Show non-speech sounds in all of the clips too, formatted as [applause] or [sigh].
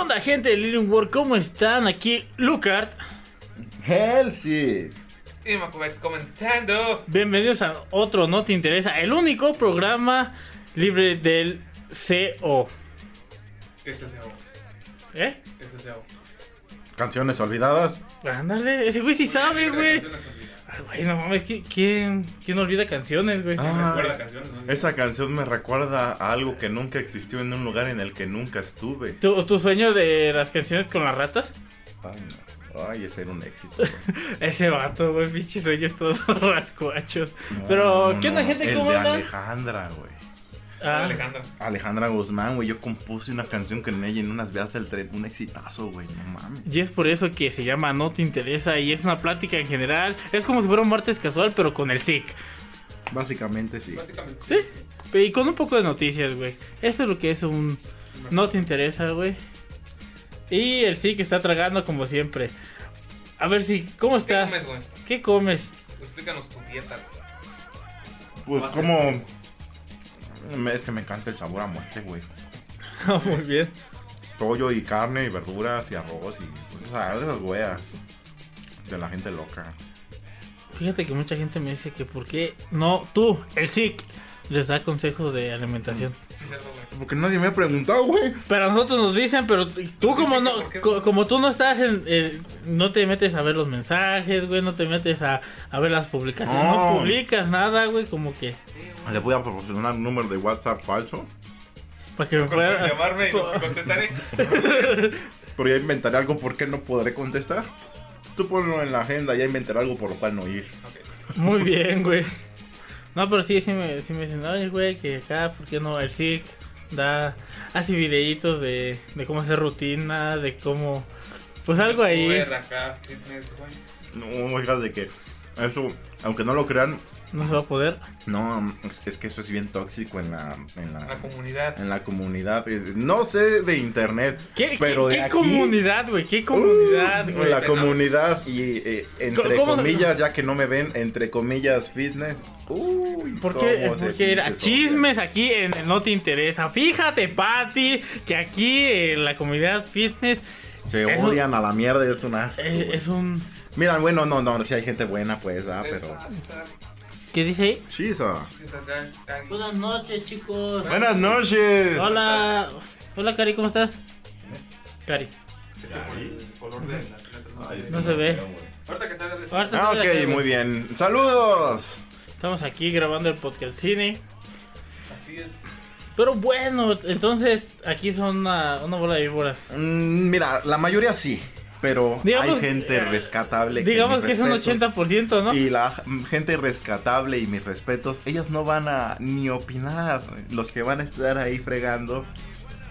onda, gente de Lilium World? ¿Cómo están? Aquí Lucart. Hell sí. Y Macubex comentando. Bienvenidos a otro No Te Interesa, el único programa libre del CO. ¿Qué es el CEO? ¿Eh? ¿Qué es el CEO? Canciones olvidadas. Ándale, ese güey sí sabe, güey. Recuerda canciones olvidadas. Ay, güey, no mames, ¿qui- ¿quién, quién olvida canciones, güey? Ah. Recuerda canciones, ¿no? Esa canción me recuerda a algo que nunca existió en un lugar en el que nunca estuve. ¿Tu, tu sueño de las canciones con las ratas? Ay, no. Ay, ese era un éxito. güey. Ese vato, güey, pinches sueños [laughs] todos rascuachos. No, [laughs] Pero, no, ¿qué onda, no. gente? El ¿Cómo de andan? Alejandra, güey. Ah, Alejandra. Alejandra Guzmán, güey. Yo compuse una canción con ella en unas veas del tren. Un exitazo, güey. No mames. Y es por eso que se llama No Te Interesa y es una plática en general. Es como si fuera un martes casual, pero con el SIC. Básicamente sí. Básicamente. Sí. Y con un poco de noticias, güey. Eso es lo que es un No Te Interesa, güey. Y el SIC está tragando como siempre. A ver si, ¿cómo ¿Qué estás? comes, güey? ¿Qué comes? Explícanos tu dieta, güey. Pues Vas a- como... Es que me encanta el sabor a muerte, güey. [laughs] Ah, Muy bien. Pollo y carne y verduras y arroz y... pues, esas, esas weas. De la gente loca. Fíjate que mucha gente me dice que por qué no tú, el SIC, les da consejos de alimentación. Sí, cerdo, güey. Porque nadie me ha preguntado, güey. Pero a nosotros nos dicen, pero tú como no, ¿Por qué? co- como tú no estás en, eh, no te metes a ver los mensajes, güey, no te metes a, a ver las publicaciones, no. No. publicas nada, güey, como que Le voy a proporcionar un número de WhatsApp falso. para que me Con puedan llamarme y po- no contestaré. Pero ya inventaré algo por qué no podré contestar. Tú ponlo en la agenda, ya inventaré algo por lo cual no ir. Ok. Muy bien, güey. No, pero sí, sí me, sí me dicen, oye, güey, que acá, ¿por qué no? El SIC da, hace videitos de, de cómo hacer rutinas, de cómo, pues [laughs] algo ahí. Uber, acá, fitness, güey. No, oigas de que eso, aunque no lo crean, No se va a poder. no, es, es que eso es bien tóxico en la, en La la, comunidad. en la comunidad. Eh, No sé de internet, ¿Qué, pero qué, de qué aquí- comunidad, güey? ¿Qué comunidad, Uh, güey? la comunidad y eh, entre ¿Cómo- cómo- comillas, ya que no me ven, entre comillas fitness. Uy, ¿Por cómo qué? se Porque era pinche chismes aquí en el No Te Interesa. Fíjate, Pati, que aquí en la comunidad fitness Se Eso- odian a la mierda, es un asco. es, güey. es un... Mira, bueno, no, no, si hay gente buena, pues, ah, pero. Está, está, ¿Qué dice ahí? Chisa. está, está, está. Pues, noches, chicos. Buenas noches. Hola. [laughs] Hola, Cari, ¿cómo estás? Cari. Es que este, por el color de las letras no se ve. No se ve. Ahorita que salgas de Ahorita Ah, estoy acá, ok, muy güey. bien. Saludos. Estamos aquí grabando el podcast cine. Así es. Pero bueno, entonces aquí son una, una bola de víboras. Mm, mira, la mayoría sí, pero Digamos- hay gente rescatable. Digamos mis que es un respetos. 80%, ¿no? Y la j- gente rescatable y mis respetos, ellas no van a ni opinar. Los que van a estar ahí fregando,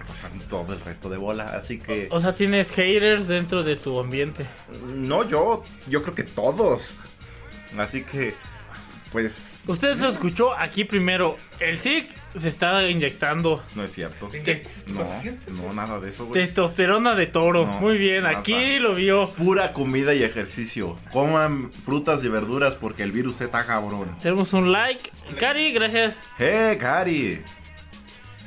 pues son todo el resto de bola. Así que, O sea, tienes haters dentro de tu ambiente. no yo, yo creo que todos. Así que, pues, Usted lo escuchó aquí primero. El SIC se está inyectando no es cierto. Te- No, no, nada de eso, güey. testosterona de toro. No, Muy bien, nada. aquí lo vio. Pura comida y ejercicio. Coman frutas y verduras porque el virus está cabrón. Tenemos un like. Cari, gracias. ¡Eh, Cari!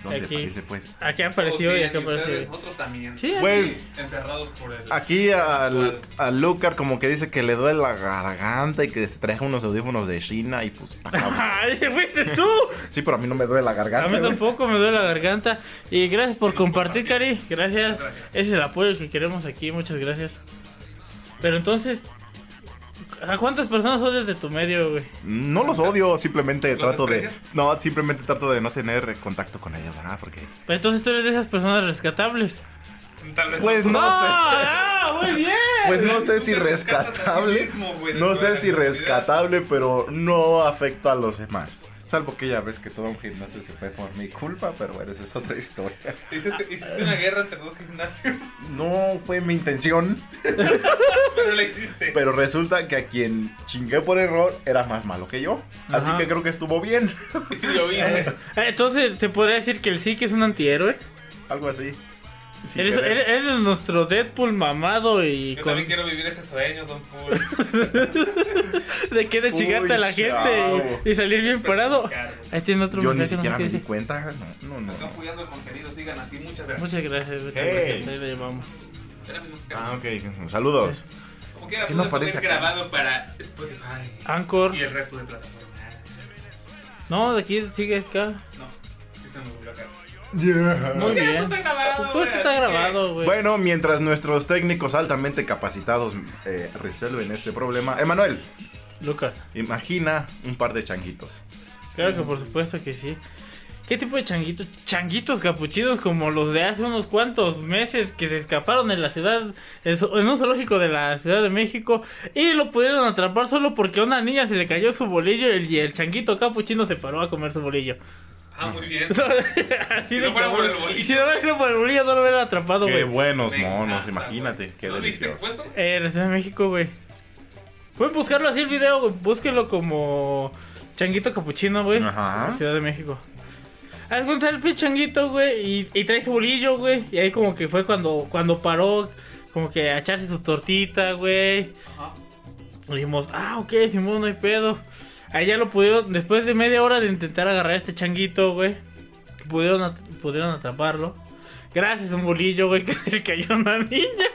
¿Dónde Aquí. aparece, pues? Aquí apareció y Todos aquí bien, ustedes, apareció. Nosotros también. Sí, aquí. Pues- ah, Encerrados por el. Aquí al, a Lucar como que dice que le duele la garganta y que se trae unos audífonos de China y pues... [laughs] está cabrón. [laughs] ¡Ay, te fuiste tú! sí, pero a mí no me duele la garganta. A mí güey. tampoco me duele la garganta. Y gracias por compartir, Cari. Gracias. Gracias. Ese es el apoyo que queremos aquí. Muchas gracias. Pero entonces, ¿a cuántas personas odias de tu medio, güey? No los odio, simplemente ¿Los trato de... desprecias? No, simplemente trato de no tener contacto con ellos, ¿verdad? Porque... Pero Entonces tú eres de esas personas rescatables. Tal vez. Pues no sé. ¡Ah, muy bien! Pues no Tú sé si te rescatas a ti rescatable. mismo, güey, de No toda sé la si comunidad. rescatable, pero no afecto a los demás. Salvo que ya ves que todo un gimnasio se fue por mi culpa, pero bueno, esa es otra [laughs] historia. Hiciste, hiciste una guerra entre dos gimnasios, [laughs] No fue mi intención, pero la hiciste. pero resulta que a quien chingué por error era más malo que yo. Así Ajá. que creo que estuvo bien. [laughs] Y lo viste. Eh, Entonces, ¿se podría decir que el sí que es un antihéroe? Algo así. sin eres, querer. eres- eres nuestro Deadpool mamado y Yo con... también quiero vivir ese sueño, Don [laughs] Pool. de quiere chingarte a la Uy, gente chao. y, y salir bien parado. Ahí tiene otro Yo ni mensaje, no sé siquiera qué me di dice. cuenta. No, no, no. Están apoyando el contenido, sigan así, muchas gracias. Muchas gracias, muchas Hey. gracias. Ahí la llevamos. Espérame, no, Ah, [laughs] ok. Saludos. Como quiera, ¿Qué no pude poner aparece acá? grabado para Spotify Anchor. y el resto de plataformas. No, de aquí sigue acá. No, este me volvió a caer. Muy Mira, bien. esto está grabado, Pues, güey, esto está así que- grabado, güey. Bueno, mientras nuestros técnicos altamente capacitados eh, resuelven este problema, Emanuel, Lucas, imagina un par de changuitos. claro que por supuesto que sí. ¿Qué tipo de changuitos? Changuitos capuchinos como los de hace unos cuantos meses que se escaparon en la ciudad, en zo- en un zoológico de la Ciudad de México y lo pudieron atrapar solo porque a una niña se le cayó su bolillo y el changuito capuchino se paró a comer su bolillo. [laughs] Ah, muy bien. Así Si de no fuera por el cabrón. bolillo. Si no fuera por el bolillo no lo hubieran atrapado, güey. Qué buenos Me monos, encanta, imagínate. güey. Qué ¿No viste delicioso. puesto? Eh, la Ciudad de México, güey. Pueden buscarlo así el video, güey. Búsquenlo como Changuito Capuchino, güey. Ajá. Ciudad de México. Haz cuenta el pinche changuito, güey. Y, y trae su bolillo, güey. Y ahí como que fue cuando, cuando paró. Como que a echarse su tortita, güey. Ajá. Y Dijimos, ah, ok, Simón, no hay pedo. Ahí ya lo pudieron, después de media hora de intentar agarrar a este changuito, güey. Pudieron, at- pudieron atraparlo. Gracias a un bolillo, güey, [laughs] que se le cayó a una niña.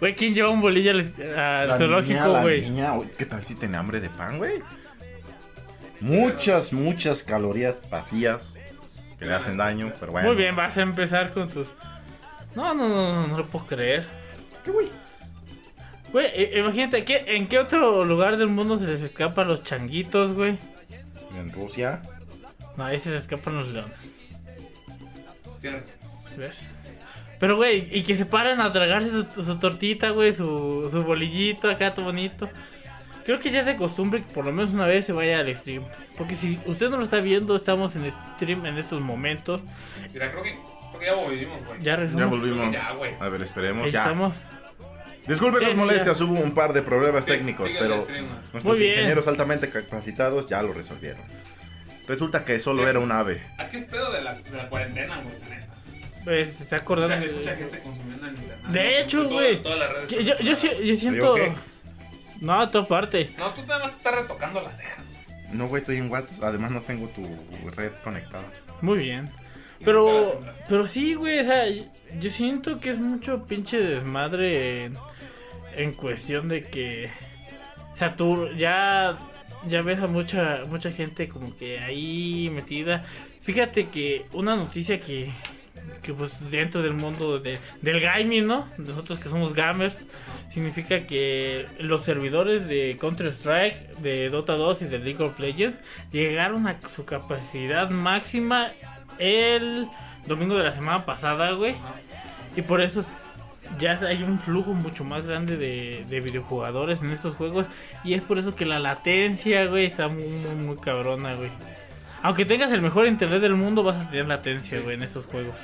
Güey, ¿quién lleva un bolillo al, al La niña, zoológico, la güey? niña, uy, ¿Qué tal si tiene hambre de pan, güey? Muchas, muchas calorías vacías que le hacen daño, pero bueno. Muy bien, vas a empezar con tus... No, no, no, no, no lo puedo creer. ¿Qué, güey? Güey, eh, imagínate, ¿qué, ¿en qué otro lugar del mundo se les escapan los changuitos, güey? En Rusia. No, ahí se les escapan los leones. Cierto. ¿Ves? Pero, güey, y que se paran a tragarse su, su tortita, güey, su, su bolillito acá, todo bonito. Creo que ya es de costumbre que por lo menos una vez se vaya al stream. Porque si usted no lo está viendo, estamos en stream en estos momentos. Mira, creo que, creo que ya volvimos, güey. Ya Ya regresamos. volvimos. Ya, güey. A ver, Ahí esperemos. Ya. estamos. Disculpen Sí, las sí, molestias, hubo un par de problemas Sí, técnicos, sigue el pero stream, güey. nuestros Muy bien. ingenieros altamente capacitados ya lo resolvieron. Resulta que solo era un ave. Aquí es pedo de la, de la cuarentena, güey. la neta. Pues, se está acordando. Mucha, mucha de- gente consumiendo en internet. De ¿no? hecho, Toda- güey, todas las redes que yo, yo, sociales. sí- yo siento. qué? No, a toda parte. No, tú nada más estás retocando las cejas. No, güey, estoy en WhatsApp. Además, no tengo tu red conectada. Muy bien. Y nunca Pero, las juntas. pero sí, güey, o sea, y- yo siento que es mucho pinche desmadre en, en cuestión de que, o sea, tú ya, ya ves a mucha, mucha gente como que ahí metida. Fíjate que una noticia que, que pues dentro del mundo de- del gaming, ¿no? Nosotros que somos gamers, significa que los servidores de Counter-Strike, de Dota 2 y de League of Legends llegaron a su capacidad máxima el domingo de la semana pasada, güey. Ajá. Y por eso ya hay un flujo mucho más grande de, de videojugadores en estos juegos. Y es por eso que la latencia, güey, está muy, muy, muy cabrona, güey. Aunque tengas el mejor internet del mundo, vas a tener latencia, güey, en estos juegos.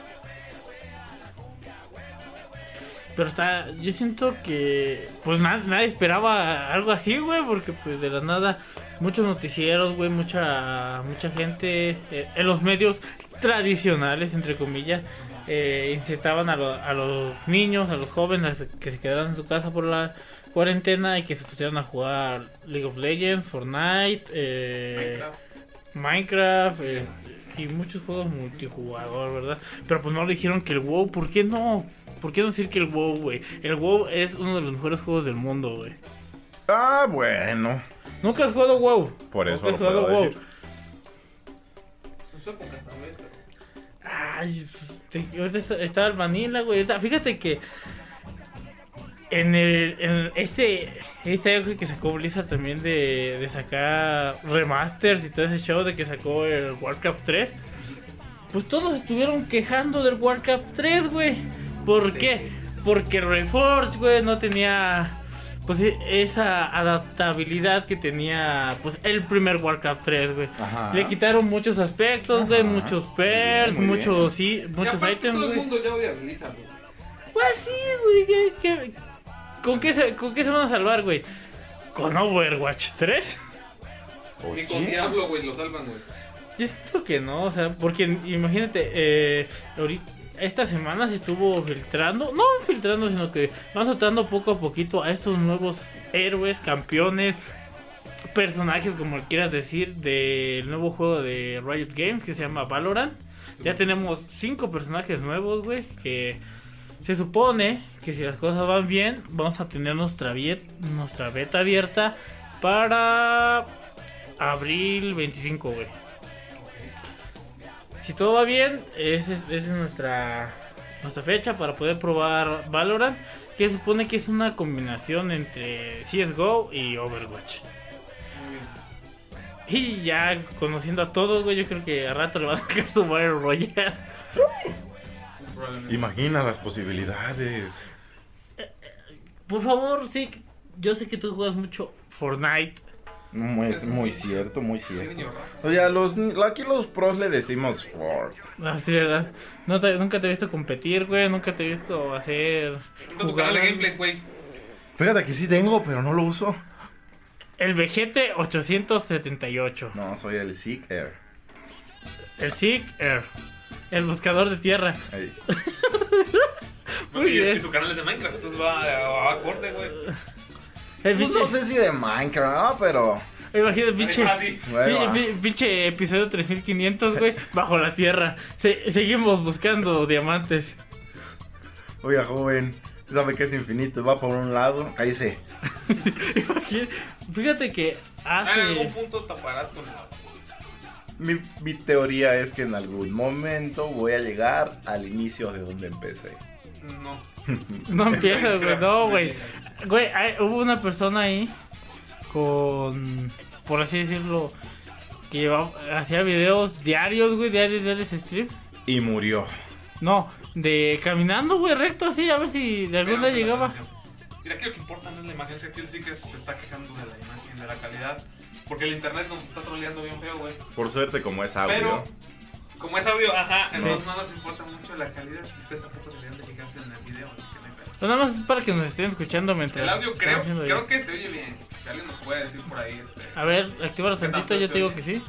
Pero está, yo siento que, pues na- nadie esperaba algo así, güey, porque pues de la nada, muchos noticieros, güey, mucha, mucha gente eh, en los medios tradicionales, entre comillas, eh, incitaban a, lo- a los niños, a los jóvenes a que se quedaran en su casa por la cuarentena y que se pusieran a jugar League of Legends, Fortnite, eh, Minecraft. Minecraft eh, y muchos juegos multijugador, ¿verdad? Pero pues no le dijeron que el WoW, ¿por qué no? ¿Por qué no decir que el WoW, güey? El WoW es uno de los mejores juegos del mundo, güey. Ah, bueno. Nunca has jugado WoW. Por eso Nunca has lo jugado puedo WoW. decir. Son Pues, su época, ¿sabes? Pero- Ay, te- ahorita está, está el Vanilla, güey. Ahorita- Fíjate que en el en este este auge que sacó Blizzard también de, de sacar remasters y todo ese show de que sacó el Warcraft 3, pues todos estuvieron quejando del Warcraft 3, güey. ¿Por Sí. qué? Porque Reforged, güey, no tenía pues e- esa adaptabilidad que tenía pues el primer Warcraft 3, güey. Ajá. Le quitaron muchos aspectos, güey, Pues muchos perks, Ah, Muy bien, muy muchos sí, Y muchos aparte, ítems, todo el güey. mundo ya odia a Blizzard, güey. Pues sí, güey, que, que- ¿con, qué se, ¿con qué se van a salvar, güey? ¿Con Overwatch [laughs] 3? Ni con Oye. Diablo, güey, lo salvan, güey. Yo siento que no, o sea, porque imagínate, eh, ahorita, esta semana se estuvo filtrando, no filtrando, sino que van soltando poco a poquito a estos nuevos héroes, campeones, personajes, como quieras decir, del nuevo juego de Riot Games que se llama Valorant. Ya tenemos cinco personajes nuevos, güey, que se supone que si las cosas van bien, vamos a tener nuestra, vie- nuestra beta abierta para abril 25, güey. Si todo va bien, esa es, esa es nuestra, nuestra fecha para poder probar Valorant, que se supone que es una combinación entre CSGO y Overwatch. Muy bien. Y ya conociendo a todos, güey, yo creo que a rato le va a sacar su Battle Royale. Probablemente. Imagina las posibilidades. Por favor, sí, yo sé que tú juegas mucho Fortnite. Mm, Es muy cierto, muy Sí, niño, cierto. ¿verdad? O sea, los, aquí los pros le decimos Ford. Así, ¿verdad? No te- nunca te he visto competir, güey, nunca te he visto hacer... Pregunta tu canal de jugar. gameplay, güey. Fíjate que sí tengo, pero no lo uso. El Vegete 878. No, soy el Seeker. El Sick Air. El buscador de tierra. Ay, No, Muy y es bien. que su canal es de Minecraft, entonces va a- a acorde, güey. El pues pinche, no sé si de Minecraft, ¿no? pero. imagina el [laughs] pinche, Ah, sí. bueno, pi- pi- pinche episodio 3500, güey, bajo la tierra. Se- seguimos buscando diamantes. [laughs] Oiga, joven, usted sabe que es infinito y va por un lado. Ahí se. Imagina- Fíjate que Ah, En algún hace... punto taparás con la. Mi, mi teoría es que en algún momento voy a llegar al inicio de donde empecé. No. [laughs] No empiezas, güey, no, güey. Güey, hay- hubo una persona ahí con, por así decirlo, que llevaba- hacía videos diarios, güey, diarios, diarios stream. Y murió. No, de caminando, güey, recto así, a ver si de Pero alguna mira, llegaba. Mira, aquí lo que importa no es la imagen, si aquí el Seeker se está quejando de la imagen, de la calidad. Porque el internet nos está troleando bien feo, güey. Por suerte, como es audio. Pero, como es audio, ajá, entonces no nos importa mucho la calidad. Ustedes tampoco deberían de fijarse en el video, así que no hay pedo. Pero nada más es para que nos estén escuchando mientras. El audio creo, estamos haciendo creo video. que se oye bien. Si alguien nos puede decir por ahí, este. A ver, actívalo ¿Qué tantito, tanto yo se te digo oye? que sí.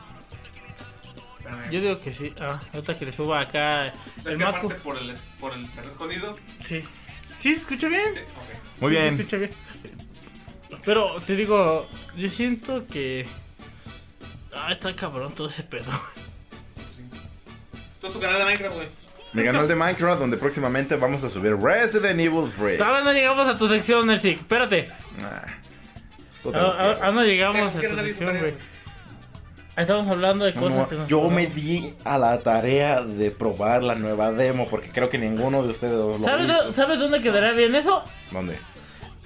espérame. Yo digo que sí. Ah, ahorita que le suba acá es el que Macu. aparte por el, por el internet jodido. sí, Sí. Sí, se escucha bien. ok. Muy Sí, se bien. escucha bien. Pero te digo, yo siento que. Ah, está cabrón todo ese pedo. Entonces tu canal de Minecraft, güey. Mi canal de Minecraft, donde próximamente vamos a subir Resident Evil 3. Todavía no llegamos a tu sección, Nersic. Espérate. Ah, Ah, puta, no ah, quiero. ah, no llegamos Creo a que tu nadie se sección, tarea, güey. Ah, Estamos hablando de No, cosas no, que nos. yo me di a la tarea de probar la nueva demo porque creo que ninguno de ustedes lo ¿Sabes, hizo. dó- ¿Sabes dónde quedará bien eso? ¿Dónde?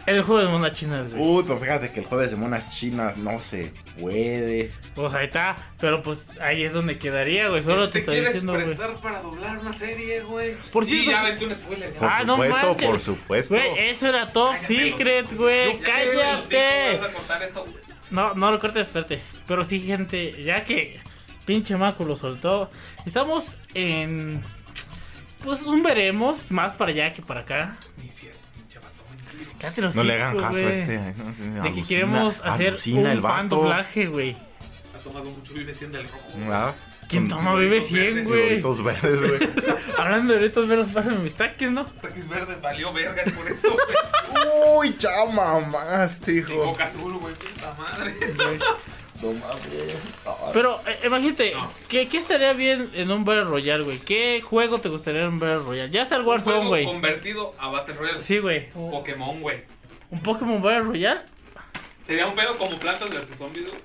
El juego de monas chinas, güey. Uy, pero fíjate que el jueves de monas chinas no se puede. Pues ahí está, pero pues ahí es donde quedaría, güey. Solo Pues, te te estoy quieres diciendo, güey. prestar para doblar una serie, güey. Por sí, cierto- ya vente un spoiler. ya. Por Ah, no supuesto, manches. por supuesto. Güey, eso era Top Cállate los- Secret, güey. Ya que eres el cinco, ¡Cállate! vas a contar esto, güey. No, no lo cortes, espérate. Pero sí, gente, ya que pinche Macu lo soltó, estamos en. Pues un veremos, más para allá que para acá. Ni cierto, pinche vato, mentira. Cállate los No le hocico, hagan caso a Ah, pues, güey. este. eh, no sé, De que alucina- queremos hacer alucina el un vato. fandoblaje, güey. Ha tomado mucho vive siendo el rojo. güey. Ah, ¿Quién con toma Vive Doritos verdes, 100, güey? Doritos verdes, [laughs] güey. Hablando de estos veros, pásame mis taques, ¿no? Taquis verdes, valió verga por eso. [laughs] güey. Uy, ya mamaste, Y hijo. Coca azul, güey, puta madre. No mames. Ah, Pero eh, imagínate, No. ¿qué, qué estaría bien en un Battle Royale, güey? ¿Qué juego te gustaría en un Battle Royale? Ya está el [laughs] Un Warzone, juego güey. convertido a Battle Royale. Sí, güey. Pokémon, güey. ¿Un Pokémon Battle Royale? Sería un pedo como plantas versus zombies, güey.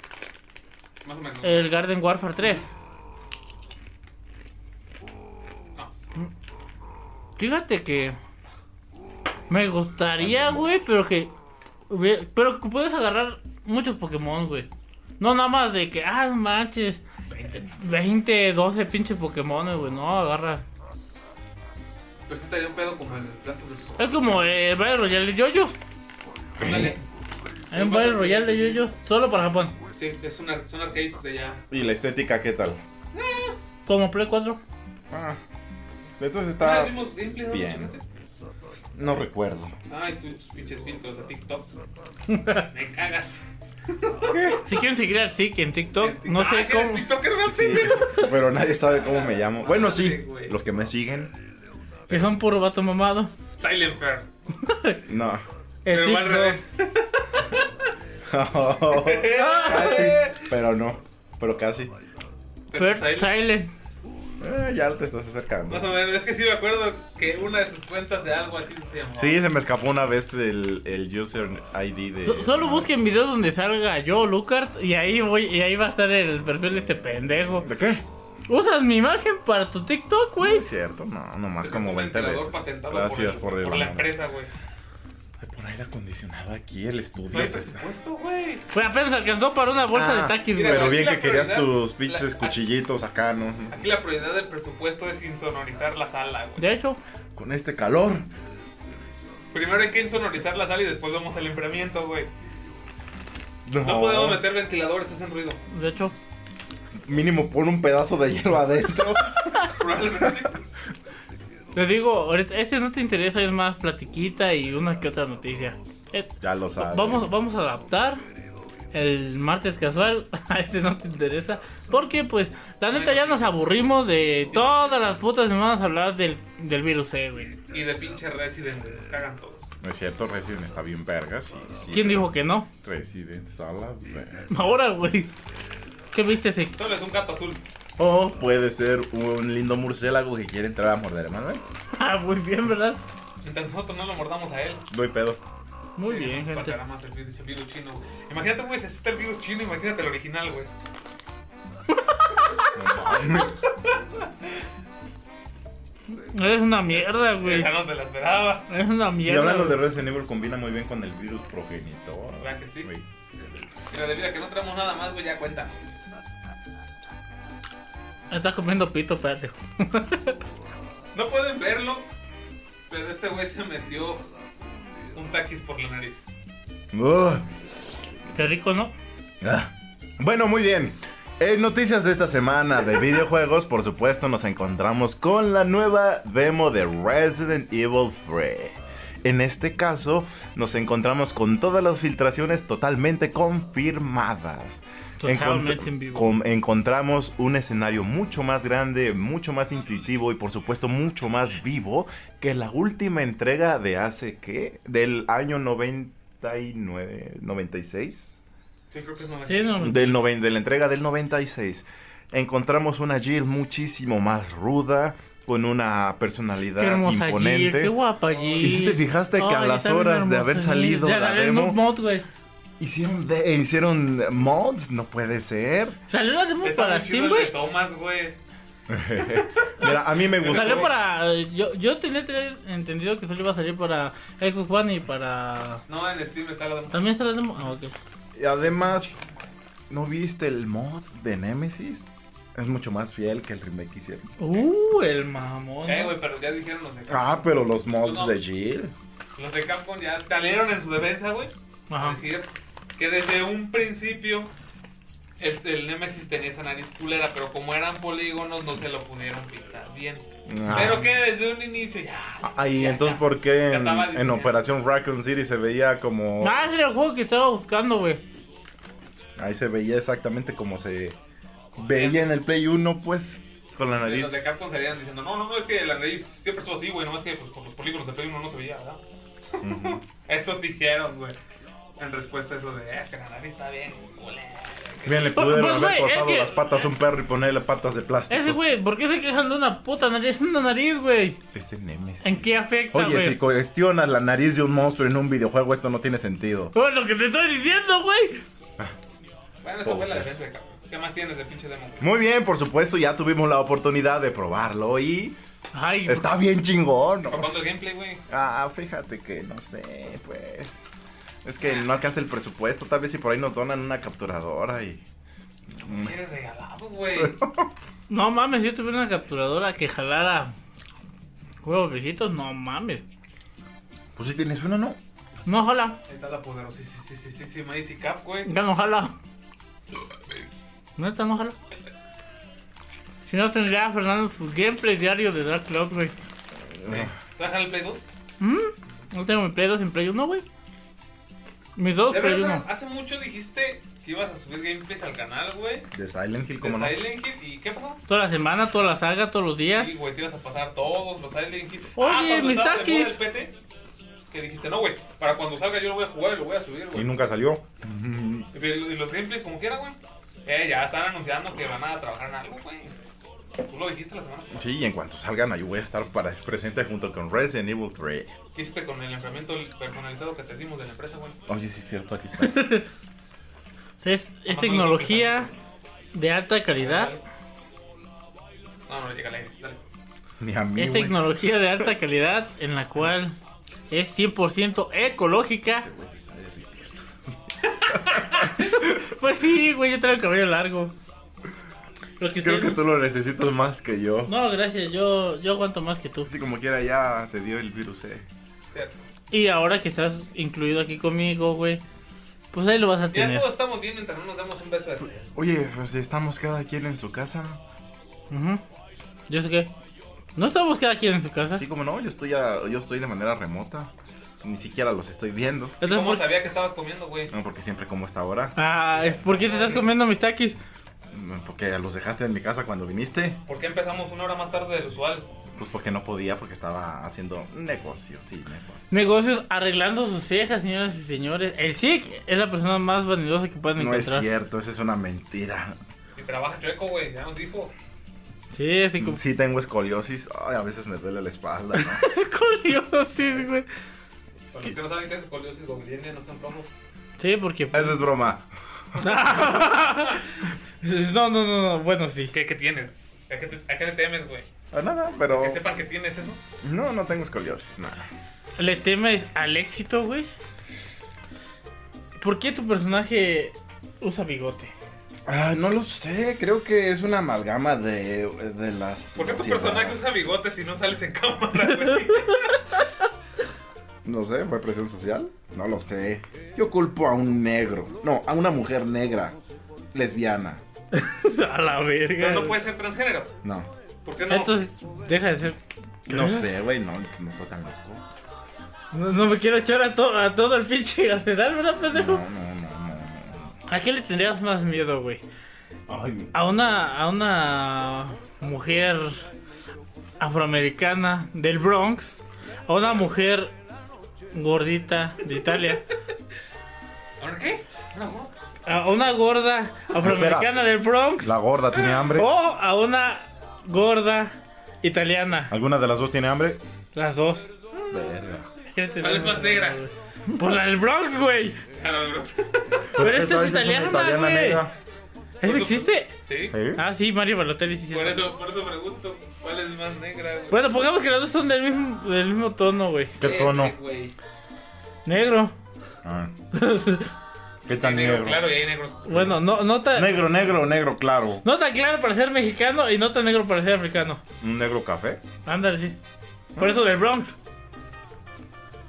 Más o menos. El Garden Warfare 3. No. Fíjate que me gustaría, güey, pero que hubiera- pero que puedes agarrar muchos Pokémon, güey. No nada más de que, ah, no manches, 20, 12 pinches Pokémon, güey, no, agarra. Pero pues sí estaría un pedo como el plantas versus zombies. Es como el Battle Royale de Yoyos. Ándale. Hay un Battle Royale de Yoyos solo para Japón, Sí, es una, son arcades de ya. ¿Y la estética qué tal? como Play 4. Ah, entonces Ah, está. vimos gameplay, ¿no? bien. ¿Checaste? No recuerdo. Ay, tú, tus pinches filtros de [laughs] TikTok. Me cagas. Si quieren seguir al Zik en TikTok, no Ah, sé sí, cómo. eres TikToker, no Sí, pero nadie sabe cómo me llamo. Bueno, sí, los que me siguen. Que son puro vato mamado. Silent Fair. No. [laughs] El Pero va al Silk Road. revés. Ah, Ah, casi, Ah, pero no. Pero casi. Fer- Silent- Silent. Eh, ya te estás acercando. Más o menos, es que sí me acuerdo que una de sus cuentas de algo así se llamó. Sí, se me escapó una vez el, el user ID de. So- solo busquen videos donde salga yo, Lucart, y ahí voy, y ahí va a estar el perfil de este pendejo. ¿De qué? Usas mi imagen para tu TikTok, No güey. es cierto, no, nomás Es como un 20 ventilador veces. patentado Gracias por, por el. por la honor. empresa, güey. Ay, Por aire acondicionado aquí, el No estudio hay se está. presupuesto, güey. Güey, apenas alcanzó para una bolsa Ah, de taquis, pues, mira, güey. Pero aquí bien la que querías prioridad- tus pinches [laughs] la- cuchillitos acá, ¿no? Aquí la prioridad del presupuesto es insonorizar la sala, güey. De hecho, Con este calor. Primero hay que insonorizar la sala y después vamos al enfriamiento, güey. No podemos meter ventiladores, hacen ruido. [laughs] de hecho. Mínimo pon un pedazo de hielo [laughs] adentro. Probablemente. Les digo, ahorita, este no te interesa, es más platiquita y una que otra noticia. Eh, ya lo sabes. Vamos, vamos a adaptar el martes casual. [laughs] A este no te interesa. Porque, pues, la neta ya nos aburrimos de todas las putas semanas hablar del, del virus, eh, güey. Y de pinche Resident, güey, nos cagan todos. No es cierto, Resident está bien vergas. Sí, sí. ¿Quién dijo que no? Resident Sala. verga. [laughs] Ahora, güey. ¿Qué viste ese? Solo es un gato azul. O puede ser un lindo murciélago que quiere entrar a morder, Manuel. [laughs] Ah, muy bien, ¿verdad? Mientras nosotros no lo mordamos a él. No hay pedo. Muy Sí, bien, nos gente. pasará más el virus, el virus chino. güey. Imagínate, güey, si está el virus chino, imagínate el original, güey. No [laughs] mames. Es una mierda, güey. Esa no te la esperaba. Es una Y mierda. hablando de güey. Resident Evil, combina muy bien con el virus progenitor. ¿Verdad que sí? Güey. Mira, debido a que no traemos nada más, güey, ya cuenta. Estás comiendo pito, espérate. No pueden verlo, pero este güey se metió un taquis por la nariz. Ugh. Qué rico, ¿no? Ah. Bueno, muy bien. En noticias de esta semana [laughs] de videojuegos, por supuesto, nos encontramos con la nueva demo de Resident Evil 3. En este caso, nos encontramos con todas las filtraciones totalmente confirmadas. Pues, Totalmente Encont- en vivo. com- encontramos un escenario mucho más grande, mucho más intuitivo y por supuesto mucho más vivo que la última entrega de hace qué? Del año 99, 96. Sí, creo que es noventa. Sí, no. Del noven- de la entrega del 96. Encontramos una Jill muchísimo más ruda, con una personalidad Qué hermosa Jill, imponente. qué guapa Jill. ¿Y si te fijaste que a Ay, las está bien horas de hermosa haber Jill? salido Ya la salió el demo- Noob Mod, güey. hicieron, de- hicieron mods, no puede ser. Salió la demo Está para muy chido Steam, el de güey. Thomas, güey. Mira, a mí me gustó. Salió para. Yo, yo tenía tener entendido que solo iba a salir para Xbox One y para. No, en Steam está la demo. También está la demo. Ah, ok. Y Además, ¿no viste el mod de Nemesis? Es mucho más fiel que el remake que hicieron. Uh, el mamón. Eh, güey, pero ya dijeron los de Capcom. Ah, pero los mods de Jill. Los de Capcom ya salieron en su defensa, güey. a Ajá. decir que desde un principio el, el Nemesis tenía esa nariz culera, pero como eran polígonos no se lo pudieron pintar bien. Ah. Pero que desde un inicio ya. Ay, ya, Ah, entonces, ya. ¿por qué Ya en, estaba en diseñado. Operación Raccoon City se veía como. Ah, ese era el juego que estaba buscando, güey. Ahí se veía exactamente como se veía en el Play 1, pues. Con la nariz. Los de Capcom salían diciendo, no, no, no, es que la nariz siempre estuvo así, güey, no es que pues, con los polígonos de Play uno no se veía, ¿verdad? [laughs] Ujú. Eso [laughs] dijeron, güey. En respuesta a eso de, "Eh, es que la nariz está bien culera. Bien, le Pues, pudieron pues, haber güey, es cortado que- las patas a un perro y ponerle patas de plástico. Ese, güey, ¿por qué se quejan de una puta nariz? Es una nariz, güey. Ese Nemesis. ¿En qué afecta, Oye, güey? si cuestionas la nariz de un monstruo en un videojuego, esto no tiene sentido. Oh, lo que te estoy diciendo, güey. Bueno, esa fue la Cosas. defensa de Capcom. ¿Qué más tienes de pinche demo? güey? Muy bien, por supuesto, ya tuvimos la oportunidad de probarlo y Ay, está bien chingón. ¿no? ¿Para cuándo el gameplay, güey? Ah, fíjate que no sé, pues. Es que no alcanza el presupuesto, tal vez si por ahí nos donan una capturadora y. Mm. Eres regalado, güey. [laughs] No mames, si yo tuviera una capturadora que jalara juegos viejitos, no mames. Pues si tienes una, ¿no? No jala, Ahí está la poderosísima Easy Cap, güey. ya no jala. Neta, no jala. Si no tendría Fernando sus gameplays diarios de Dark Cloud, güey. ¿Te vas a dejar el Play 2? Mm, No tengo mi Play 2 en Play 1, güey. Mis dos, De pero hay verdad, ah. uno. Fran, hace mucho dijiste que ibas a subir gameplays al canal, güey. De Silent Hill, De como no. Silent Hill. ¿Y qué pasó? Toda la semana, toda la saga, todos los días. Sí, güey, te ibas a pasar todos los Silent Hill. Ah, Oye, cuando mis estabas de taquis. moda el PT, que dijiste, no, güey, para cuando salga yo lo voy a jugar y lo voy a subir, Y güey. nunca salió. Y y los gameplays como quiera, güey. Eh, ya están anunciando que van a trabajar en algo, güey. Tú lo dijiste la semana pasada. Sí, y en cuanto salgan, ahí voy a estar para presente junto con Resident Evil 3. ¿Qué hiciste con el enfriamiento personalizado que te dimos de la empresa, güey? Oye, sí es cierto, aquí [laughs] está. O sea, es, es Ajá, tecnología de alta calidad. No, no le llega al aire, dale. Ni a mí, Es güey. tecnología de alta calidad en la cual es 100% ecológica. Güey, se está derritiendo. Pues sí, güey, yo traigo el cabello largo. Lo que Creo usted- que tú lo necesitas más que yo. No, gracias, yo, yo aguanto más que tú. Así como quiera, ya te dio el virus, eh. Cierto. Y ahora que estás incluido aquí conmigo, güey, pues ahí lo vas a Ya tener. todos estamos bien mientras no nos damos un beso de tres. Oye, pues estamos cada quien en su casa. Ujú. ¿Yo sé qué? ¿No estamos cada quien en su casa? Sí, como no, yo estoy, a- yo estoy de manera remota. Ni siquiera los estoy viendo. ¿Y Entonces, ¿Cómo ¿por- sabía que estabas comiendo, güey? No, porque siempre como esta hora. Ah, es- ¿por qué te estás comiendo mis taquis? Mm, Porque los dejaste en mi casa cuando viniste. ¿Por qué empezamos una hora más tarde del usual? Pues porque no podía, porque estaba haciendo negocios, sí, negocios. Negocios arreglando sus cejas, señoras y señores. El SIC es la persona más vanidosa que pueden No es encontrar. cierto, esa es una mentira. Y trabaja chueco, güey, ya nos dijo. sí, así como Sí tengo escoliosis, ay, a veces me duele la espalda. ¿no? escoliosis, güey. Para los que no saben qué es escoliosis gobiliana, no sean plomos. Sí, porque [laughs] Eso es broma. No, no, no, no, bueno, sí. ¿Qué, qué tienes? ¿A qué, te, a qué le temes, güey? Ah, Nada, pero... Que sepan que tienes eso. No, no tengo escoliosis, nada. ¿Le temes al éxito, güey? ¿Por qué tu personaje usa bigote? [laughs] Ah, no lo sé, creo que es una amalgama de, de las... ¿Por qué tu sociedad. personaje usa bigotes si no sales en cámara, [laughs] güey? No sé, fue presión social. No lo sé. Yo culpo a un negro. No, a una mujer negra. Lesbiana. A la verga. Pero no puede ser transgénero. No. ¿Por qué no? Entonces, deja de ser. No sé, güey, no, no está tan loco. No, no me quiero echar a, to- a todo el pinche arsenal, ¿verdad, No, pendejo? no, no, no. ¿A qué le tendrías más miedo, güey? no. Ay, A una, a una mujer afroamericana del Bronx, a una mujer gordita de Italia, ¿Ahora qué? ¿Ahora gorda? a una gorda afroamericana del Bronx la gorda tiene hambre. o a una gorda italiana. ¿Alguna de las dos tiene hambre? Las dos. Verga. ¿Cuál es más negra? Por Pues la del Bronx, güey. Ah, no, bro. Pero esta es italiana, güey. ¿Eso existe? [laughs] ¿Sí? ¿Eh? Ah, sí, Mario Balotelli sí. sí. Por eso, por eso pregunto, ¿cuál es más negra, güey? Bueno, pongamos que las dos son del mismo, del mismo tono, güey. ¿Qué tono? Este, güey. Negro. [laughs] Ah. ¿Qué Hay tan negro, negro? claro, y hay negros. Bueno, no, no tan, Negro, negro, negro, claro. no tan claro para ser mexicano y no tan negro para ser africano. ¿Un negro café? Ándale, sí. Por eso del Bronx.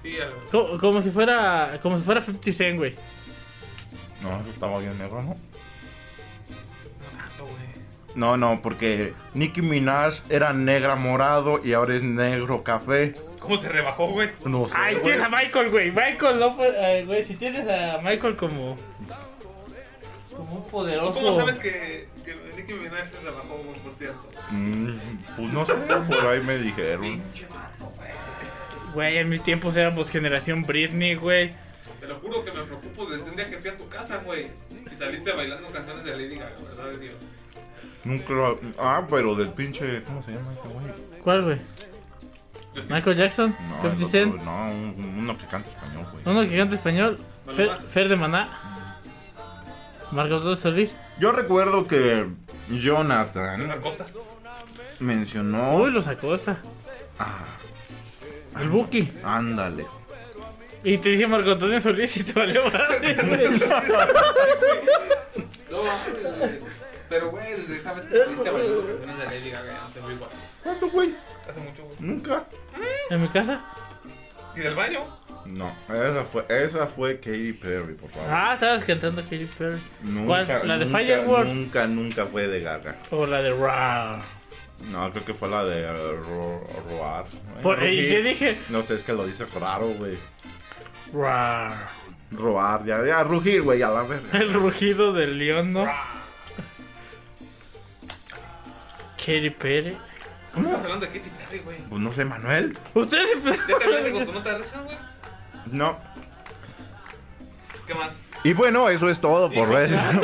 Sí, algo. Co- como si fuera, como si fuera 50 Cent, güey. No, eso estaba bien negro, ¿no? No tanto, güey. No, no, porque Nicki Minaj era negra morado y ahora es negro café. ¿Cómo se rebajó, güey? No sé. Ay, güey. tienes a Michael, güey. Michael no puede. ay, Güey, si tienes a Michael como. Como un ¿Tú poderoso. cómo sabes que, que Nicki Minaj se rebajó, güey, por cierto? Mm, pues no sé, [laughs] por ahí me dijeron. Pinche vato, güey. Güey, en mis tiempos éramos generación Britney, güey. Te lo juro que me preocupo desde un día que fui a tu casa, güey. Y saliste bailando canciones de Lady Gaga, ¿verdad, de Dios? Nunca. lo- Ah, pero del pinche. ¿Cómo se llama este güey? ¿Cuál, güey? Yo sí. Michael Jackson, No, 50 el otro, Cent, no un- uno que canta español, güey. uno que canta español, Vale, Fer, va. Fer de Maná, Marcos Dos Solís. Yo recuerdo que César Jonathan Costa. mencionó. Uy, los acosa. Ah, El Buki. ándale. Y te dije Marco Antonio Solís y te valió madre, güey. No, güey. pero, güey, desde esa vez que saliste bailando canciones de Lady Gaga, ya no te veo igual. ¿Cuánto, güey? Hace mucho, güey. Nunca. En mi casa. ¿Y del baño? No, esa fue, esa fue Katy Perry, por favor. Ah, estabas cantando Katy Perry. Nunca, ¿cuál? ¿La de nunca, Fireworks? Nunca, nunca fue de Gaga. O la de Raw. No, creo que fue la de eh, Ro- Roar. Por- Ay, ¿y no, qué dije? No sé, es que lo dice raro, güey. Raw. robar, ya, ya rugir, güey, a la verga. El rugido del león, ¿no? Katy Perry. ¿Cómo estás hablando de Katy Perry, güey? Pues no sé, Manuel. Ustedes [laughs] ¿Ya te hablaste con tu nota de risas, güey? No. ¿Qué más? Y bueno, eso es todo por [laughs] Resident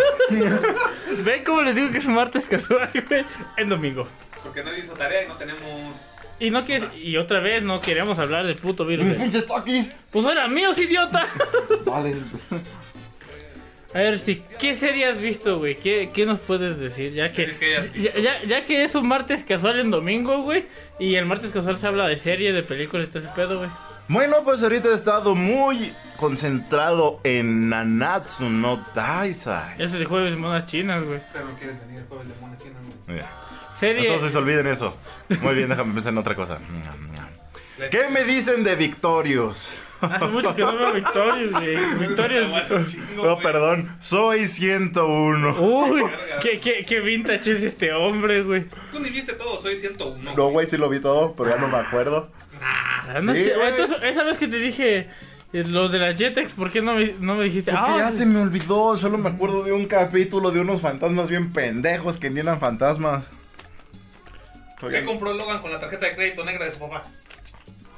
ven cómo les digo que es martes casual, güey. El domingo. Porque nadie hizo tarea y no tenemos. Y no que y otra vez no queríamos hablar del puto virus. Mis güey. [laughs] pinches toquis. Pues era míos, idiota. Dale. A ver, sí, ¿qué serie has visto, güey? ¿Qué, qué nos puedes decir? Ya que, Series que hayas ya, ya- ya que es un martes casual en domingo, güey. Y el martes casual se habla de series, de películas y todo ese pedo, güey. Bueno, pues ahorita he estado muy concentrado en Nanatsu no Taisai. Ese de jueves monas chinas, güey. Pero no quieres venir el jueves de Mona China, güey. Ya. Serie. Entonces olviden eso. Muy bien, déjame pensar en otra cosa. ¿Qué me dicen de Victorious? Hace mucho que no veo Victorious, [laughs] güey. Victorious. Te aguas un chingo, No, güey. Oh, perdón, soy 101. Uy, qué, qué, qué vintage es este hombre, güey. Tú ni viste todo, soy 101. No, güey, sí lo vi todo, pero ya no me acuerdo. Ah, no Sí, sé, güey. entonces, esa vez que te dije eh, lo de las Jetex, ¿por qué no me, no me dijiste? Porque Ah, ya se me olvidó, solo me acuerdo de un capítulo de unos fantasmas bien pendejos que ni eran fantasmas. ¿Qué compró Logan con la tarjeta de crédito negra de su papá?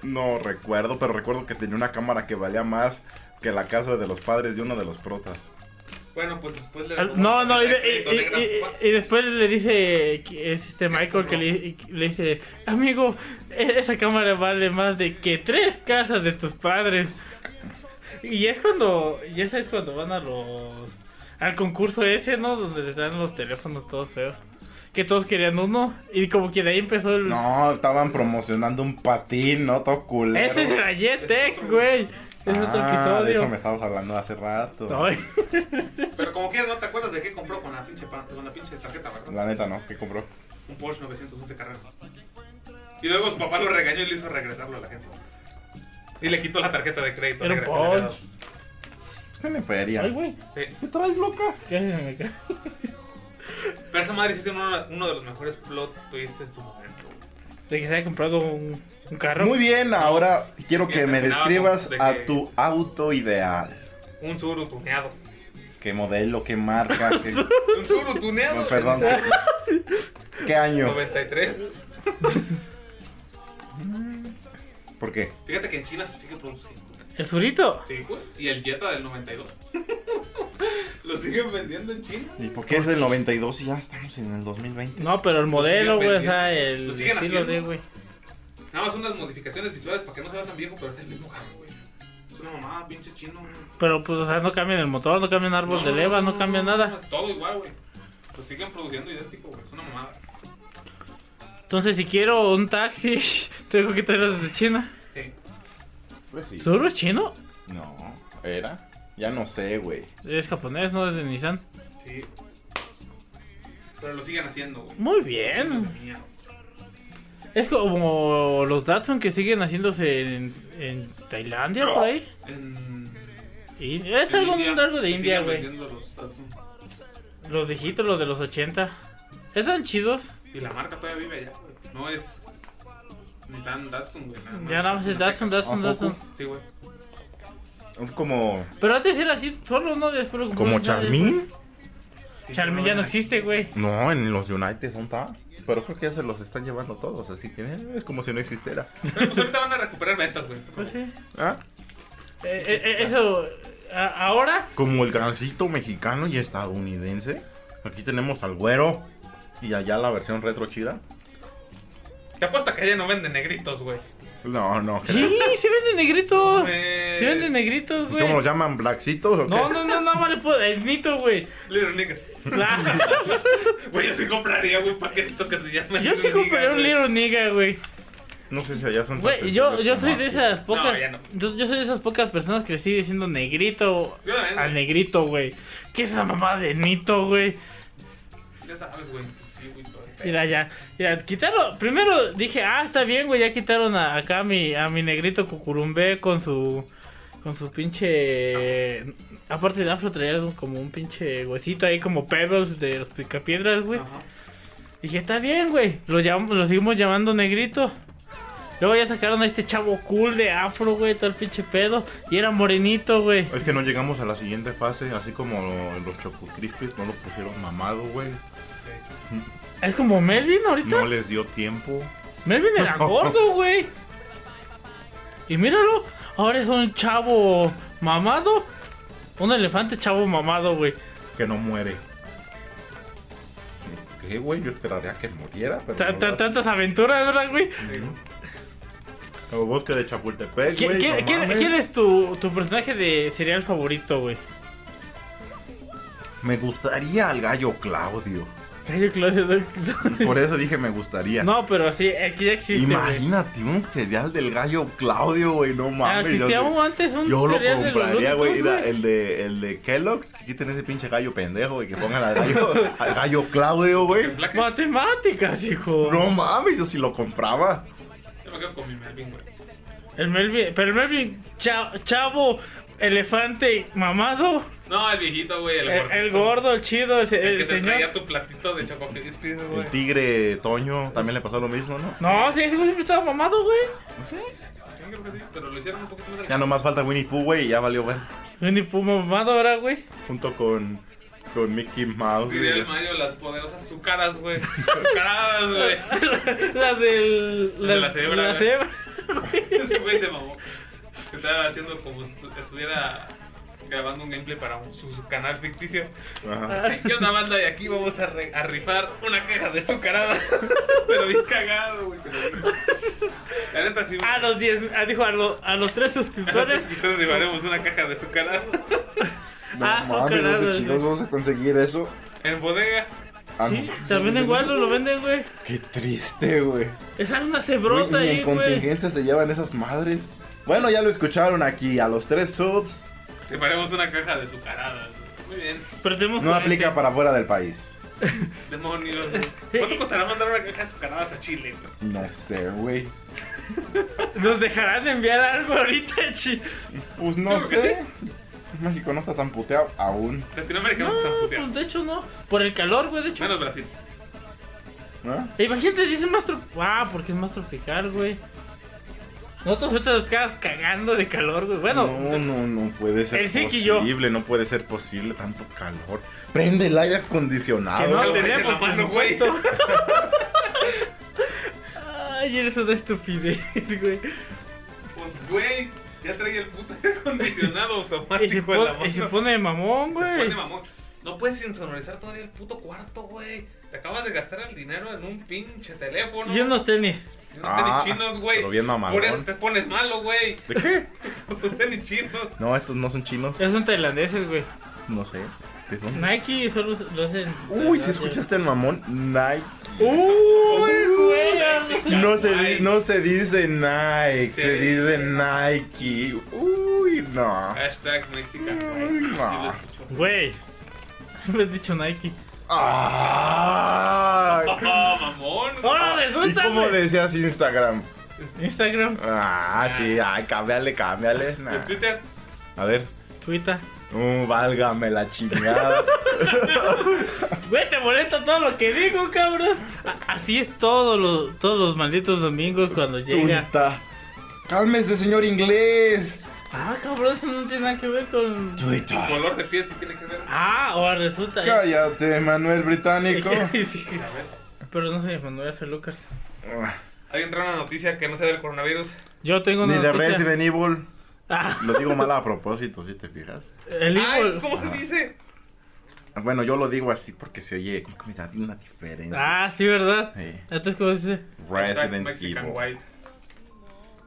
No recuerdo, pero recuerdo que tenía una cámara que valía más que la casa de los padres de uno de los protas. Bueno, pues después le al- robó No, la no, y, tarjeta de de- crédito y- negra a su papá. y- y- y después le dice, eh, que es este Michael que le, y que le dice, amigo, e- esa cámara vale más de que tres casas de tus padres. Y es cuando, y esa es cuando van a los, al concurso ese, ¿no? Donde les dan los teléfonos todos feos. Que todos querían uno, y como que de ahí empezó el... No, estaban promocionando un patín, ¿no? Todo culero. Ese es la Jetex, güey. Es otro Ah, episodio. de eso me estabas hablando hace rato. Ay, Pero como quiera, no te acuerdas de qué compró con la pinche, pan- con la pinche tarjeta, ¿verdad? La neta, ¿no? ¿Qué compró? Un Porsche 911 carrera. Y luego su papá lo regañó y le hizo regresarlo a la gente. Y le quitó la tarjeta de crédito Era un negra. Porsche. Pues tiene feria. ay, güey. Sí. ¿Qué traes, locas? Casi se me cae. Pero esa madre sí tiene uno, uno de los mejores plot twists en su momento. De que se haya comprado un, un carro. Muy bien, ahora quiero Que que me terminaba describas con- de que- a tu auto ideal. Un Zuru tuneado. ¿Qué modelo? [laughs] ¿Qué marca? ¿Qué, Un Zuru tuneado. Oh, perdón. ¿Qué año? 93. ¿Por qué? Fíjate que en China se sigue produciendo. El surito. Sí, pues. Y el Jetta del 92. [laughs] Lo siguen vendiendo en China. ¿Y por qué es del 92 y ya estamos en el 2020? No, pero el modelo, siguen güey. O sea, el Lo siguen estilo de, haciendo. güey. Nada más unas modificaciones visuales para que no se vea tan viejo, pero es el mismo carro, güey. Es una mamada, pinche chino. güey. Pero, pues, o sea, no cambian el motor, no cambian árbol de leva, no, cambian nada. Es todo igual, güey. Lo siguen produciendo idéntico, güey. Es una mamada. Entonces, si quiero un taxi, [laughs] tengo que traerlo desde China. Sí. Pues sí. ¿Suru es chino? No, ¿era? Ya no sé, güey. Es japonés, no es de Nissan. Sí. Pero lo siguen haciendo, güey. Muy Es una bien. mierda. Es como los Datsun que siguen haciéndose en, en Tailandia, por ahí. En. Y es en algo, India, algo de siguen India, güey. vendiendo los Datsun. Los viejitos, los de los 80. Están chidos. Y la marca todavía vive allá, güey. No es. Ni tan Datsun, güey. nada más. Ya nada más el Una Datsun, seca. Datsun, Datsun. Sí, güey. Es como... Pero antes era así, solo no después. lo ¿Como compró nadie, Charmin? pues. Charmin ya no existe, güey. No, en los United son ta. Pero creo que ya se los están llevando todos, así que eh, es como si no existiera. Pero pues ahorita van a recuperar ventas, güey. Pues sí. ¿Ah? Eh, eh, eh, eso. a- ahora. Como el gancito mexicano y estadounidense. Aquí tenemos al güero y allá la versión retro chida. Te apuesta que allá no venden negritos, güey. No, no. creo. Sí, se venden negritos. Eh, Se Oh, venden negritos, güey. ¿Cómo los llaman? ¿Blaxitos o qué? No, no, no, nada más le puedo. El mito, güey. Little Niggas. [laughs] [laughs] La- Güey, yo sí compraría un paquetito que se llama. Yo sí compré un Little Nigga, güey. No sé si allá son tan Güey, yo, sencillos yo como soy de aquí. esas pocas. ya no. yo, yo soy de esas pocas personas que sigue siendo negrito Yo también. al negrito, güey. ¿Qué es esa mamá de Nito, güey? Ya sabes, güey. Sí, güey. todavía. Mira, ya, mira, quitaron, primero dije, ah, está bien, güey, ya quitaron a, acá a mi, a mi negrito cucurumbé con su, con su pinche, aparte de afro traía un- como un pinche huesito ahí como pebbles de los picapiedras, güey, Ajá. dije, está bien, güey, lo llamamos, lo seguimos llamando negrito, Luego ya sacaron a este chavo cool de afro, güey, todo el pinche pedo. Y era morenito, güey. Es que no llegamos a la siguiente fase, así como lo- los Choco Crispies no los pusieron mamado, güey. de hecho. Es como Melvin ahorita. No les dio tiempo. Melvin [laughs] era gordo, güey. Y míralo, ahora es un chavo mamado. Un elefante chavo mamado, güey. Que no muere. ¿Qué, güey? Yo esperaría que muriera, pero. Ta- no ta- lo Tantas aventuras, ¿verdad, güey? hace. El bosque de Chapultepec, ¿Qui- güey. ¿Quién, no quién- mames. quién es tu, tu personaje de serial favorito, güey? Me gustaría al gallo Claudio. Gallo Closet, ¿no? Por eso dije me gustaría. No, pero sí, aquí ya existe, güey. Imagínate un cereal del gallo Claudio, güey. No Ah, mames. Existía un- antes un Yo lo cereal de los compraría, Looney güey. Tunes, mira, El de, el de Kellogg's, que quiten ese pinche gallo pendejo y que pongan al gallo, [laughs] al gallo Claudio, güey. En placa, Matemáticas, hijo. No mames, yo sí lo compraba. yo me quedo con mi Melvin, güey. El Melvin, pero el Melvin cha- chavo, elefante mamado, No, el viejito, güey, el, el, gordo. Eh, el gordo, el chido, el, El, el que te señor. traía tu platito de Choco Crispies, güey. El tigre Toño también le pasó lo mismo, ¿no? No, sí, ese güey siempre estaba mamado, güey. No sé. Sí, creo que sí, pero lo hicieron un poquito más Ya delgado. nomás falta Winnie Pooh, güey, y ya valió ver. Winnie Pooh mamado ahora, güey. Junto con, con Mickey Mouse. Diría güey. el mayo las poderosas [laughs] azúcaras, güey. Azucaradas, güey. Las del. De la cebra, La güey. cebra. [laughs] Ese güey se mamó. Estaba haciendo como si estu- estuviera grabando un gameplay para un- su, su canal ficticio. Ah, Ajá. Así que una banda y aquí vamos a, re- a rifar una caja de azucaradas. [laughs] pero bien cagado, güey. pero bien. La neta sí. [laughs] A los 10, ah, dijo a, lo- a los 3 suscriptores. Entonces rifaremos una caja de azucaradas No Ah, son mames, ¿dónde cagadas, chingados güey. vamos a conseguir eso? en bodega. Ah, Sí, no. también en Waldo lo venden, güey. Qué triste, güey. Esa es una Güey, cebrota ni ahí, en güey. contingencia se llevan esas madres. Bueno, ya lo escucharon aquí. A los tres subs Rifaremos una caja de azucaradas. güey. Muy bien. Pero tenemos no 40. aplica para fuera del país. Demonios. güey. ¿Cuánto costará mandar una caja de azucaradas a Chile, güey? No sé, güey. Nos dejarán enviar algo ahorita, [laughs] chi. Pues Yo no creo que sé. México no está tan puteado aún. Latinoamérica No, no está pues puteado. de hecho no. Por el calor, güey, de hecho. E Menos Brasil. ¿no? Imagínate, dicen más tropical. Ah, porque es más tropical, güey. Nosotros ahorita nos quedamos cagando de calor, güey. Bueno, No, no, no puede ser El Siki y yo. posible. No puede ser posible tanto calor. Prende el aire que no acondicionado. lo traes en la tenemos, por mano, güey. supuesto. [laughs] Ay, eres una estupidez, güey. Pues, güey, ya traía el puto aire acondicionado [laughs] Y se, automático en la pone, y se mano. pone de mamón, Se güey. pone mamón. No puedes insonorizar todavía el puto cuarto, güey. Te acabas de gastar el dinero en un pinche teléfono. Y unos tenis. Y unos Ah, tenis chinos, güey. pero bien mamalón. Por eso te pones malo, güey. [laughs] ¿De qué? Por sus tenis chinos. No, estos no son chinos. Ya son tailandeses, güey. No sé. ¿De dónde? Nike solo lo hacen. Uy, si escuchaste el mamón, Nike. Uy, güey. Uy, No se, Nike. di- no se dice Nike, Sí. Eh. se dice Nike. Uy, no. Hashtag Mexican, güey. Ay, Sí no. lo escucho. Güey. [laughs] Siempre he dicho Nike. Ah. [laughs] Ah, mamón. Ahora ¿Y resulta. cómo güey. decías Instagram? Instagram, Ah, sí, ay, cámbiale, cámbiale. nah. En Twitter. A ver. Twitter. Uh, válgame la chingada. Güey, te molesta todo lo que digo, cabrón. A- así es todos los, todos los malditos domingos cuando llega. Tuita. Cálmese, señor inglés. Ah, cabrón, eso no tiene nada que ver con. Tu Tuita. color de piel si tiene que ver. Ah, ahora resulta. Cállate, Manuel [laughs] Británico. Sí, Ya ves. Pero no sé, Manuel, soy Lucas. Ah, Hay entrado una noticia que no sea del coronavirus. Yo tengo una. Ni de noticia. Resident Evil. Ah, Lo digo mal a propósito, si te fijas. el Ah, Evil. ¿es ¿cómo se dice? Bueno, yo lo digo así porque se oye como que me da una diferencia. Ah, sí, ¿verdad? Sí. Entonces, ¿cómo se dice? Hashtag Resident Mexican Evil. White.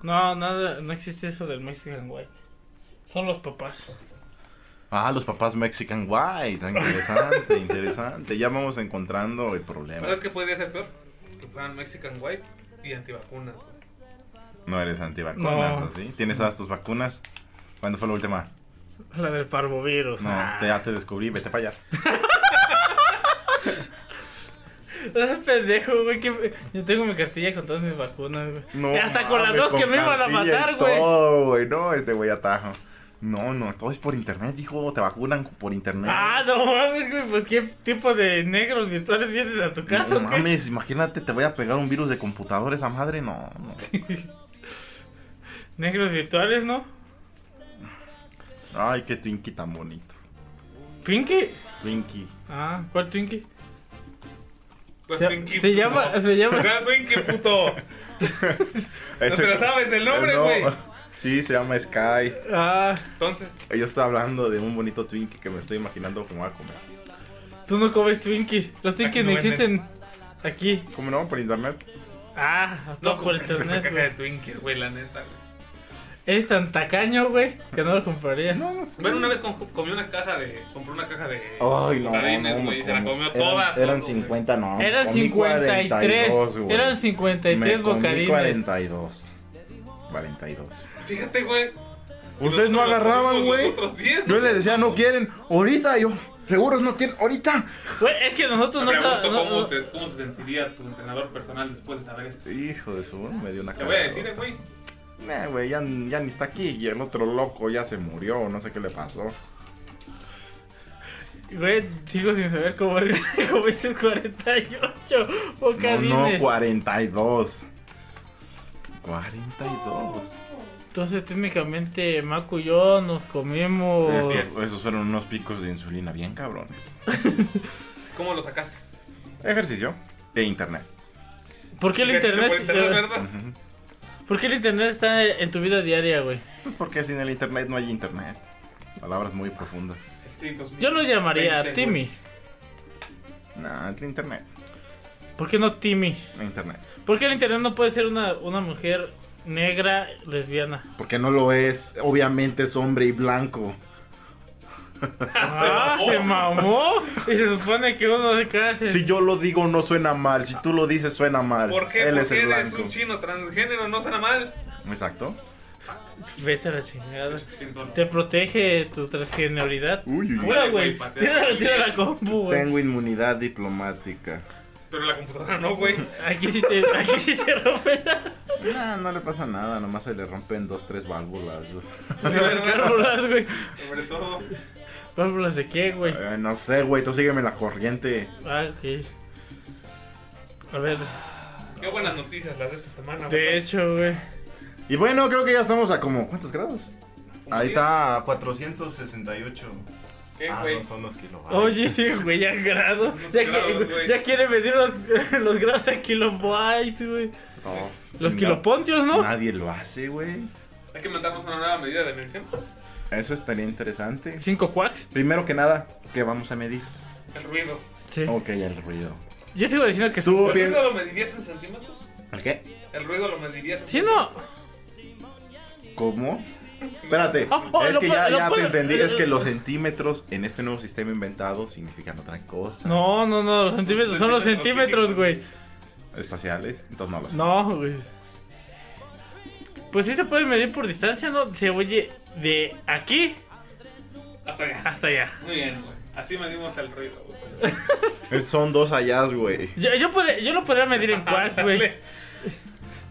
No, nada, no existe eso del Mexican White. Son los papás. Ah, los papás Mexican White. Interesante, interesante. Ya vamos encontrando el problema. ¿Sabes qué podría ser peor? Que fueran Mexican White y antivacunas, güey. No eres antivacunas, No. ¿así? ¿Tienes todas tus vacunas? ¿Cuándo fue la última? La del parvovirus. No, Ah. te- ya te descubrí, vete para allá. Ese [laughs] pendejo, güey. que- Yo tengo mi cartilla con todas mis vacunas, güey. No Y hasta con las mames, dos que me iban a cartilla y matar, güey. todo, güey. No, este güey atajo. No, no, todo es por internet, hijo. Te vacunan por internet. Ah, no mames, güey. Pues qué tipo de negros virtuales vienes a tu casa, no o qué? mames, imagínate, te voy a pegar un virus de computadora esa madre. No, no. Negros virtuales, ¿no? Ay, qué Twinkie tan bonito. Twinkie. Twinkie. Ah, ¿cuál Twinkie? Pues Se- Twinkie, se puto. llama- se llama- Pues, Twinkie, puto. [laughs] Ese- te la sabes el nombre, Eh, no. güey. [laughs] Sí, se llama Sky. Ah, Entonces, Yo estaba hablando de un bonito Twinkie que me estoy imaginando cómo va a comer. tú no comes Twinkie. Los Aquí Twinkies no no venden. existen aquí. ¿Cómo no? Por internet. Ah, no por compren pues, una internet, caja de güey. Twinkies, güey, la neta, güey. Eres tan tacaño, güey, que no lo compraría. No, no sé. Bueno, una vez com- comí una caja de. Compré una caja de. Ay, no. Patadines, no, güey, me se la como. comió Eran- todas, Eran todo, güey. 50, no. me Eran comí 53. 42, güey. Eran 53 Me comí bocadines. 42. 42. Fíjate, güey. Ustedes no Nosotros agarraban, comimos güey. Nosotros 10. Yo les decía, no quieren. Ahorita, yo. Seguros no quieren. Ahorita. Güey, es que nosotros no, Te pregunto no- cómo, no- te- cómo se sentiría tu entrenador personal después de saber esto. Hijo de su, me dio una Le voy a decir, eh, güey. Nah, güey, ya, ya ni está aquí. Y el otro loco ya se murió. No sé qué le pasó. Güey, sigo sin saber cómo [laughs] comiste 48 No, bocadines. no, 42. 42. Entonces, técnicamente, Macu y yo nos comimos. Estos- esos fueron unos picos de insulina bien cabrones. ¿Cómo lo sacaste? Ejercicio de internet. ¿Por qué el Ejercicio internet? eh, por internet, ¿verdad? Ujú. ¿Por qué el internet está en tu vida diaria, güey? Pues porque sin el internet no hay internet. Palabras muy profundas. Sí, 2000. Yo lo llamaría 20, Timmy. güey. Nah, el internet. ¿Por qué no Timmy? el Internet. ¿Por qué el internet no puede ser una, una mujer negra lesbiana? Porque no lo es. Obviamente es hombre y blanco. ah, se mamó. Y se supone que uno de cada se- Si yo lo digo no suena mal. Si tú lo dices suena mal. ¿Por qué? Él es Porque el eres blanco. un chino transgénero, no suena mal. Exacto. Vete a la chingada. Distinto. Te protege tu transgeneridad. Uy, uy, uy. Pura, Ándale, güey. güey, patea. Tira, tira la compu, güey. Tengo inmunidad diplomática. Pero la computadora no, güey. Aquí sí te, aquí sí te rompe. Se Nah, no le pasa nada. Nomás se le rompen dos, tres válvulas. güey. válvulas, güey. Sobre todo. ¿Válvulas de qué, güey? Eh, no sé, güey. Tú sígueme la corriente. Ah, ok. A ver, Qué buenas noticias las de esta semana, de hecho, güey. Y bueno, creo que ya estamos a como... ¿Cuántos grados? Ahí está, 468. ¿Qué, Ah, güey? no son los kilovatios. Oye, sí, güey, ya grados. Los Ya, grados, que- güey. ya quiere medir los, [laughs] los grados a kilobytes, güey. Dos. Los Chingado. kilopontios, ¿no? Nadie lo hace, güey. Hay que inventarnos una nueva medida de medición. Eso estaría interesante. ¿Cinco quacks? Primero que nada, ¿qué vamos a medir? El ruido. Sí. Ok, el ruido. Yo Oh. sigo diciendo que Tú ¿El ruido piensas... lo medirías en centímetros? ¿Por qué? ¿El ruido lo medirías en ¿Sí o no? ¿Cómo? Espérate, [laughs] Oh, es lo que puedo- ya, lo ya te puedo- entendí. [laughs] Es que los centímetros en este nuevo sistema inventado significan otra cosa. No, no, no, los centímetros son los centímetros, güey. Espaciales, entonces no los. No, güey. Pues sí se puede medir por distancia, ¿no? Se oye de aquí Hasta allá. hasta allá. Muy bien, güey. Así medimos el ruido, güey. Es- Son dos allás, güey. Yo, yo, podré- yo lo podría medir en quacks, güey.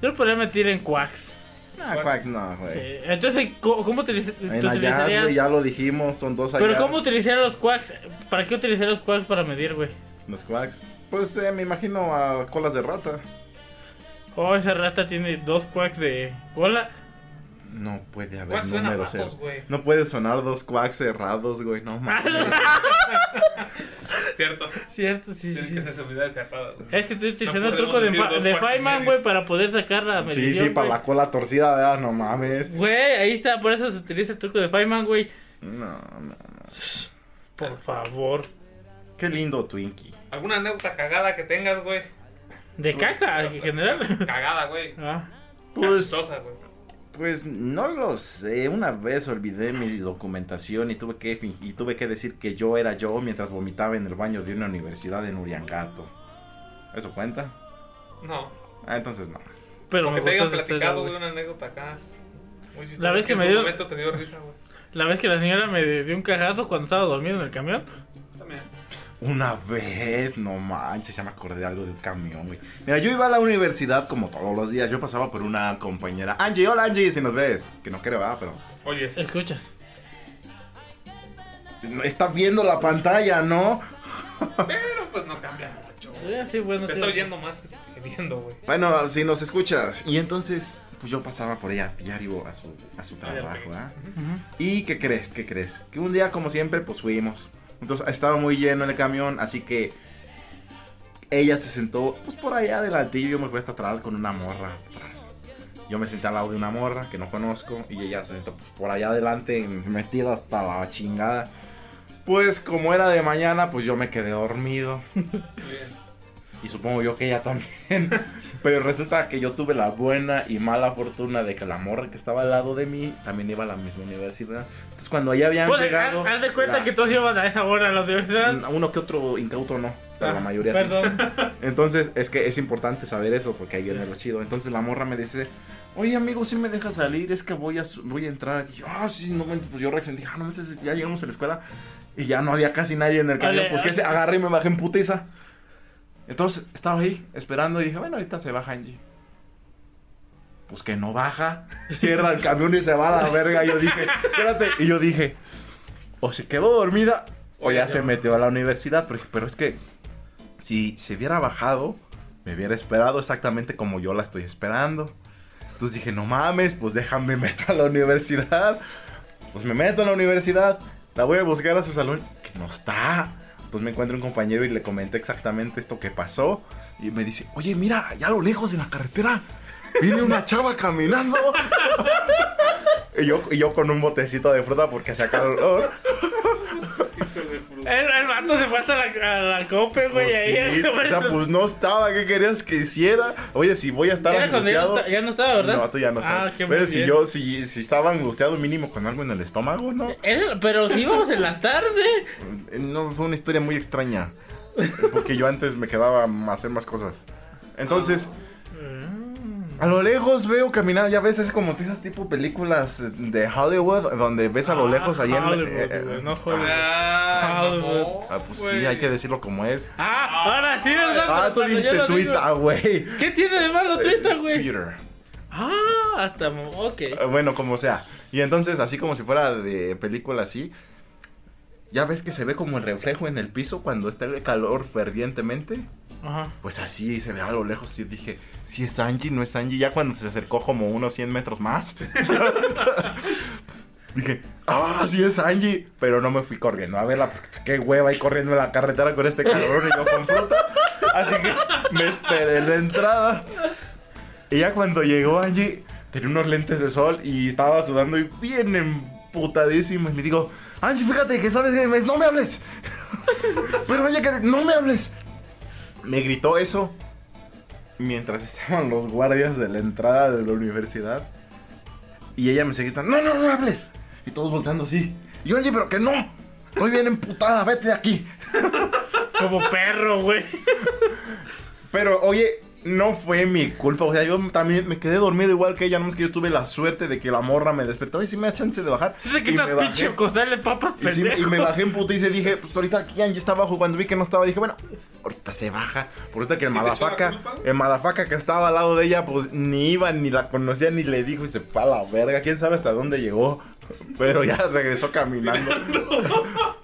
Yo lo podría medir en quacks. Ah, quacks, no, güey. Sí. Entonces, ¿cómo, cómo utiliz- tú En allás, güey, utilizarías? ya lo dijimos, son dos allás. Pero ¿cómo utilizar los quacks? ¿Para qué utilizar los quacks para medir, güey? Los quacks. Pues eh, me imagino a colas de rata. Oh, esa rata tiene dos quacks de cola. [laughs] No puede haber ¿Cuál suena números. eh. patos, cer- güey? No puede sonar dos quacks cerrados, güey. Ah, No mames. Cierto. Cierto, sí, Tienes sí. que hacer seguridad cerrada, güey. Es que estoy utilizando el podemos truco de, decir Fa- dos de quacks y Feynman, medio. güey, para poder sacar la medición. sí, sí, para güey. la cola torcida, ¿verdad? No mames. Güey, ahí está, por eso se utiliza el truco de Feynman, güey. No, no. Por favor. Qué lindo Twinkie. ¿Alguna anécdota cagada que tengas, güey? De caca, en general. Cagada, güey. Ah, Pues, Cachistosa, güey. pues no lo sé. Una vez olvidé mi documentación y tuve que fingir, y tuve que decir que yo era yo mientras vomitaba en el baño de una universidad en Uriangato. ¿Eso cuenta? No. Ah, entonces no. pero Aunque me te hayan gusta esa historia, platicado, güey. güey, una anécdota acá. Muy chistosa, La vez que en me su dio- momento te dio risa, güey. La vez que la señora me dio un cagazo cuando estaba dormido en el camión. También. Una vez, no manches, ya me acordé de algo de un camión, güey. Mira, yo iba a la universidad como todos los días. Yo pasaba por una compañera. Angie, hola Angie, si nos ves. Que no quiero, va, pero. Oye, Escuchas. está viendo la pantalla, ¿no? Pero pues no cambia mucho. Eh, sí, bueno, Te tío. está oyendo más que que viendo, güey. Bueno, si nos escuchas. Y entonces, pues yo pasaba por ella diario a su, a su trabajo, ¿ah? Ujú. ¿Y qué crees? ¿Qué crees? Que un día, como siempre, pues fuimos. Entonces estaba muy lleno el camión, así que ella se sentó, pues por allá adelantillo, yo me fui hasta atrás con una morra atrás. Yo me senté al lado de una morra que no conozco y ella se sentó pues, por allá adelante, metida hasta la chingada. Pues como era de mañana, pues yo me quedé dormido. Muy bien. Y supongo yo que ella también. [laughs] Pero resulta que yo tuve la buena y mala fortuna de que la morra que estaba al lado de mí también iba a la misma universidad. Entonces cuando ya habían Pues, llegado... haz, haz de cuenta la- que todos iban a esa hora a la universidad. Uno que otro incauto no, pero la Ah, mayoría sí. Perdón. [laughs] Entonces es que es importante saber eso porque ahí viene lo chido. Entonces la morra me dice... Oye amigo, si me dejas salir, es que voy a, su- voy a entrar. Y yo, ah, sí, no, manches", pues yo reaccioné, dije, ah, no manches, ya llegamos a la escuela y ya no había casi nadie en el camión. Ale, Pues que ale. se agarré y me bajé en putiza. Entonces estaba ahí esperando y dije, bueno, ahorita se baja Angie. Pues que no baja, [laughs] cierra el camión y se va a la verga. Y yo dije, espérate. Y yo dije, o se quedó dormida o ya se metió a la universidad. Pero, dije, pero es que si se hubiera bajado, me hubiera esperado exactamente como yo la estoy esperando. Entonces dije, no mames, pues déjame meto a la universidad. Pues me meto a la universidad, la voy a buscar a su salón, que no está. Entonces me encuentro un compañero y le comenté exactamente esto que pasó. Y me dice, oye, mira, allá a lo lejos en la carretera, viene una chava caminando. y, yo, y yo con un botecito de fruta porque hacía calor. Hijo de fruta. El, el vato se fue hasta la, a la cope, güey. [laughs] Pues ahí, sí, o sea, pues no estaba, ¿qué querías que hiciera? Oye, si voy a estar Era cuando ya, no angustiado... está- ya no estaba, ¿verdad? No, tú ya no sabes. Ah, qué pero muy si bien. yo, si, si estaba angustiado mínimo con algo en el estómago, ¿no? Era- pero si íbamos en la tarde. Eh, No, fue una historia muy extraña. Porque yo antes me quedaba a hacer más cosas. Entonces, Ah. a lo lejos veo caminar, ya ves, es como de esas tipo películas eh, de Hollywood, donde ves a lo Ah, lejos ahí en... Hollywood, eh, eh, güey, no Ay, jodas. Ah, Ah, no, Ah, pues sí, güey. hay que decirlo como es. Ah, ahora sí, ¿verdad? Ah, Eh, tú Cuando yo dijiste lo digo- Twitter, güey. ¿Qué tiene de malo Twitter, güey? Twitter. Ah, hasta. mo- Ok. Eh, Bueno, como sea. Y entonces, así como si fuera de película así, ya ves que se ve como el reflejo en el piso cuando está el calor fervientemente. Ajá. Pues así se ve a lo lejos y dije, si es Angie, no es Angie. Ya cuando se acercó como unos 100 metros más. [laughs] dije, ah, sí es Angie. Pero no me fui corriendo a verla. porque pues, Qué hueva ir corriendo en la carretera con este calor y yo con fruta. Así que me esperé en la entrada. Y ya cuando llegó Angie, tenía unos lentes de sol y estaba sudando y bien emputadísimo. Y le digo, Angie, fíjate que sabes que me- no me hables. [laughs] Pero oye, que no me hables. Me gritó eso mientras estaban los guardias de la entrada de la universidad. Y ella me seguía gritando, no, no, no hables. Y todos volteando así. Y yo, oye, pero que no. Estoy bien emputada, vete de aquí. Como perro, güey. [laughs] Pero, oye, no fue mi culpa. O sea, yo también me quedé dormido igual que ella. No es que yo tuve la suerte de que la morra me despertó. Y si me da chance de bajar. Si te Y me quitas bajé. pinche costal de papas, Y, sí, pendejo. y me bajé en puta y dije, pues ahorita aquí Angie está abajo. Cuando vi que no estaba, dije, bueno, ahorita se baja. Por ahorita que el te echó madafaca, la culpa? el madafaca que estaba al lado de ella, pues ni iba, ni la conocía, ni le dijo y se fue a la verga. Quién sabe hasta dónde llegó. Pero ya [laughs] regresó caminando.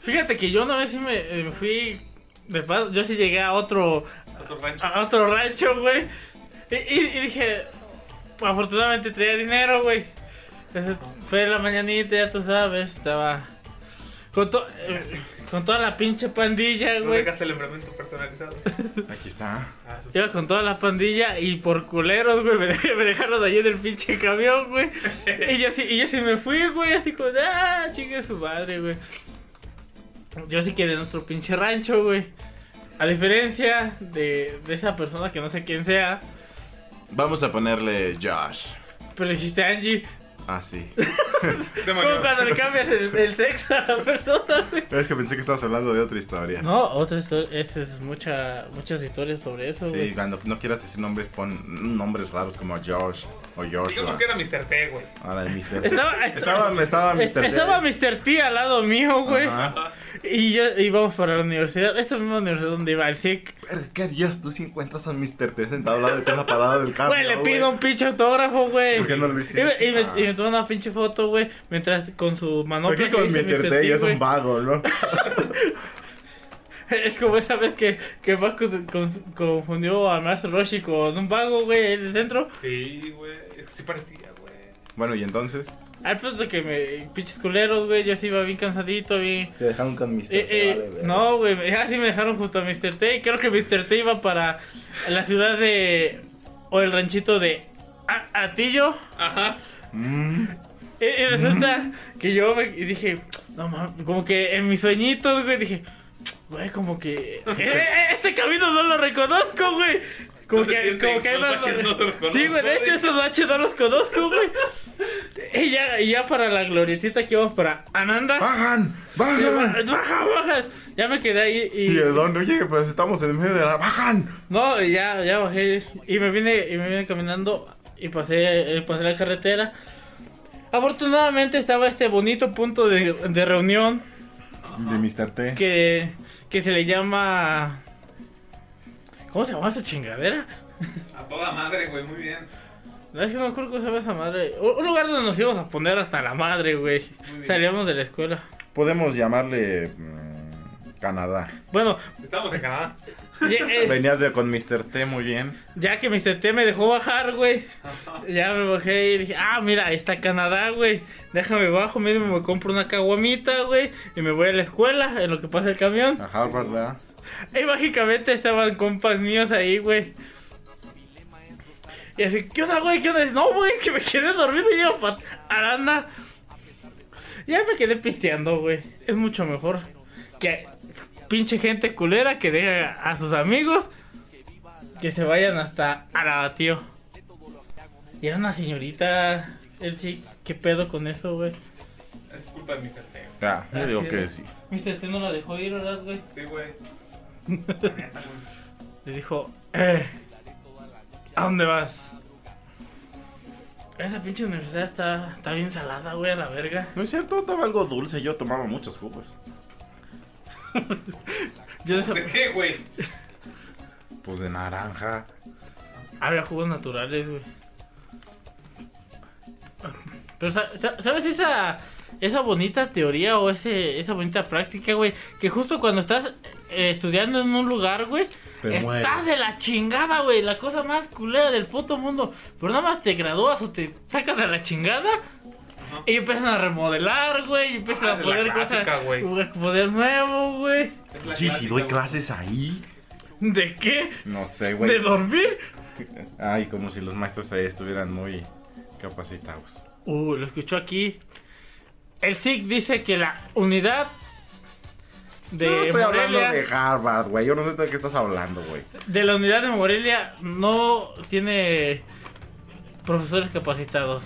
Fíjate que yo una vez sí me eh, me fui. De paso, yo sí llegué a otro A tu rancho. a otro rancho, güey. Y, y- y dije, afortunadamente traía dinero, güey. Entonces, fue la mañanita, ya tú sabes, estaba con, to- eh, con toda la pinche pandilla, No güey. dejaste el embramento personalizado. Aquí está. Ah, eso Iba con toda la pandilla y por culeros, güey, me, dej- [laughs] me dejaron allí en el pinche camión, güey. Y yo sí, y yo sí me fui, güey, así como, ah, chingue su madre, güey. Yo sí quedé en otro pinche rancho, güey. A diferencia de, de esa persona que no sé quién sea, Vamos a ponerle Josh. Ah, pero Pues dijiste Angie. Así. está- de Como mañana. cuando le cambias el, el sexo a la persona, güey. es que pensé que estabas hablando de otra historia. No, otra historia, es, es mucha, muchas historias sobre eso, Sí, güey. cuando no quieras decir nombres, pon nombres raros como Josh, O Joshua. Digamos que era Mr. T, güey. Ahora el Mr. Estaba, Estaba, estaba Mr. est- T. estaba Mr. T al lado mío, güey. Ajá. Y yo íbamos para la universidad. Esta misma universidad donde iba el SIC. Pero, ¿Qué harías tú si encuentras a Mr. T sentado al lado de ti en la parada del carro? Güey, le pido un pinche autógrafo, güey. Ah, ¿Por qué no lo Y hiciste? me, y me, Ah. y me tomó una pinche foto, güey, mientras con su manopla. Aquí que con dice Mr. T, yo es güey. un vago, ¿no? Es como esa vez que, que Marco de- con- confundió a Master Roshi con un vago, güey, en el centro. Sí, güey. Es que sí parecía, güey. Bueno, y entonces Al punto que me. Pinches culeros, güey, yo sí iba bien cansadito, bien. te dejaron con Mr. Eh, T. eh, vale, verga. no, güey, [laughs] me- ya sí me dejaron junto a Mr. T. y Creo que Mr. T iba para la ciudad de. o el ranchito de A- Atillo. Ajá. [laughs] Mm. Y, y E, resulta que yo me y dije, no mames, como que en mis sueñitos, güey, dije, güey, como [laughs] que. "Eh, este camino no lo reconozco, güey. Como No se que, siente, como que hay los más- baches no se los Sí, güey, de conozco, hecho, güey. esos baches no los conozco, güey. Y ya, y ya para la glorietita que íbamos para Ananda. Ah, ¡Bajan! Y yo, "Baja, ¡Bajan! baja". Ya me quedé ahí y. Y el don, oye, pues estamos en medio de la. ¡Bajan! No, y ya, ya bajé. Y me vine, y me vine caminando y pasé, eh, pasé la carretera. Afortunadamente estaba este bonito punto de, de reunión De Mr. T. que, que se le llama. ¿Cómo se llama esa chingadera? A toda madre, güey. Muy bien. No, Es que no me acuerdo cómo se llama esa madre. Un un lugar donde nos íbamos a poner hasta la madre, güey. Muy bien. Salíamos de la escuela. Podemos llamarle. mm, Canadá. Bueno, Estamos [laughs] en Canadá. ya, [laughs] eh, Venías de- con Mr. T muy bien. ya que Mr. T me dejó bajar, güey. Ya me bajé y dije, ah, mira, ahí está Canadá, güey. Déjame bajo, mire, me compro una caguamita, güey. Y me voy a la escuela en lo que pasa el camión. A Harvard, ¿verdad? Y mágicamente estaban compas míos ahí, güey. Y así, ¿qué onda, güey? ¿Qué onda? Dice, No, güey, que me quedé dormido y iba para Aranda. Ya me quedé pisteando, güey. Es mucho mejor que pinche gente culera que deja a sus amigos que se vayan hasta Aranda, tío. Y era una señorita. Él sí, ¿qué pedo con eso, güey? Es culpa de Mr. T, güey. Ya, yo Ah, digo sí, que ¿verdad? sí. Mister T no la dejó ir, ¿verdad, güey? Sí, [laughs] güey. La neta, güey. Le dijo, eh, ¿a dónde vas? Esa pinche universidad está, está bien salada, güey, a la verga. No es cierto, estaba algo dulce. Yo tomaba muchos jugos. Yo de esa- ¿De qué, güey? Pues de naranja. había jugos naturales, güey. Pero, sa- sa- ¿sabes esa, esa bonita teoría o ese, esa bonita práctica, güey? Que justo cuando estás eh, estudiando en un lugar, güey, Te estás mueres. de la chingada, güey. La cosa más culera del puto mundo. Pero nada más te gradúas o te sacan de la chingada. Y empiezan a remodelar, güey. Y empiezan Ah, a es la poner clásica, cosas. güey. güey, Poder nuevo, güey. Es la Oye, si clásica, doy güey. clases ahí. ¿De qué? No sé, ¿De güey. dormir? Ay, como si los maestros ahí estuvieran muy capacitados. Uh, lo escuchó aquí. El SIC dice que la unidad de Yo estoy hablando Morelia. de De... Harvard, güey. Yo no sé de qué estás hablando, güey. la unidad de Morelia no tiene profesores capacitados.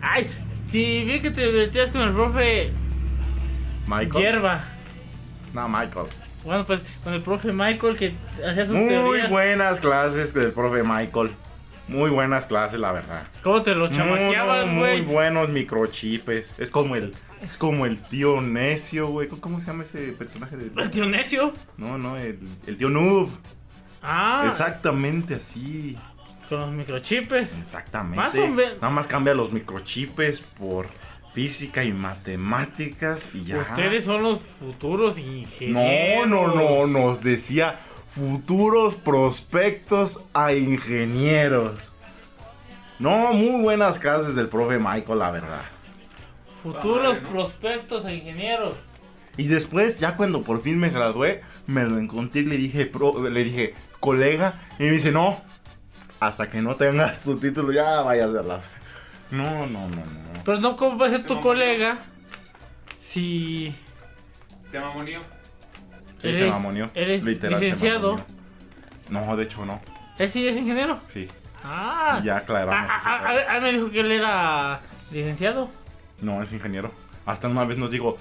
Ay, si bien que te divertías con el profe Michael. Hierba. No, Michael. Bueno, pues con el profe Michael que hacía sus Muy teorías. buenas clases del profe Michael. Muy buenas clases, la verdad. ¿Cómo te lo chamaqueabas, muy, güey? muy buenos microchipes. Es como el es como el tío necio, güey. ¿Cómo se llama ese personaje El de tío necio. No, no, el, el tío noob. Ah, Exactamente así. con los microchips. Exactamente. Más o menos. Nada más cambia los microchipes por física y matemáticas y ya. Ustedes son los futuros ingenieros. No, no, no, nos decía futuros prospectos a ingenieros. No, muy buenas clases del profe Michael, la verdad. Futuros Ah, bueno. prospectos e ingenieros. Y después, ya cuando por fin me gradué, me lo encontré y le dije, pro- le dije, colega, y me dice, no, hasta que no tengas tu título, ya vayas a la... No, no, no, no. Pero no, ¿cómo va a ser tu No, colega si Se llama Monio. Sí, se Eres- mamoneó. eres se licenciado. mamoneó. No, de hecho no, él sí es ingeniero? sí. Ah. Ya Ah, aclaramos. ah, ese ah, pedo. ah, ah, me dijo que él era licenciado. No, es ingeniero. Hasta una vez nos dijo,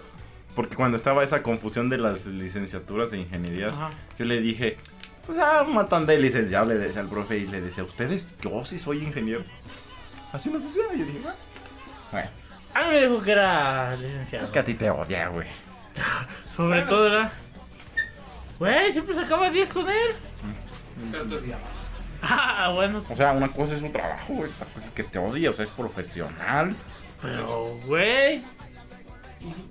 porque cuando estaba esa confusión de las licenciaturas e ingenierías, Ajá. yo le dije, Pues ah, un montón de licenciados le decía al profe y le decía, ¿ustedes? Yo sí soy ingeniero. Así nos decía. Yo dije, "Ah". bueno, A mí Ah, me dijo que era licenciado. es que a ti te odia, güey. Sobre Bueno. todo era. Güey, siempre sacaba 10 con él. [laughs] Mm. Pero tú odiabas. Ah, bueno, O sea, una cosa es su trabajo, güey, otra cosa es que te odia, o sea, es profesional. pero güey.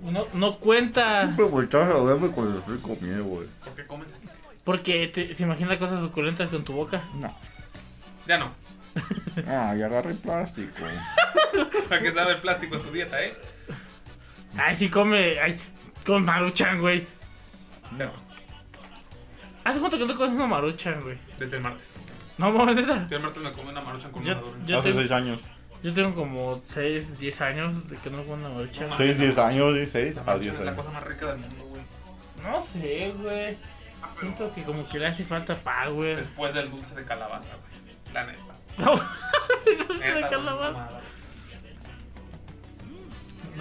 No, no cuenta. Me volteas a verme cuando estoy comiendo, güey. ¿Por qué comes así? Porque te- se imagina cosas suculentas con tu boca. No. Ya no. Ah, y agarré plástico. ¿Para qué sabe el plástico en tu dieta, eh? Ay, sí come. Ay, con maruchan, güey. Mm. No. ¿Hace cuánto que no comes una maruchan, güey? Desde el martes. No, [laughs] mames, neta. Yo el martes me comí una maruchan con Yo- maduro. yo tengo- años. Yo tengo como 6, 10 años de que no como una maruchan. No mames. Seis, diez años, 16 La a maruchan 10 es la años. cosa más rica del mundo, güey. No sé, güey. Siento que como que le hace falta pa, güey. Después del dulce de calabaza, güey. La neta. [laughs] No, dulce de Neta, güey, calabaza. mamada.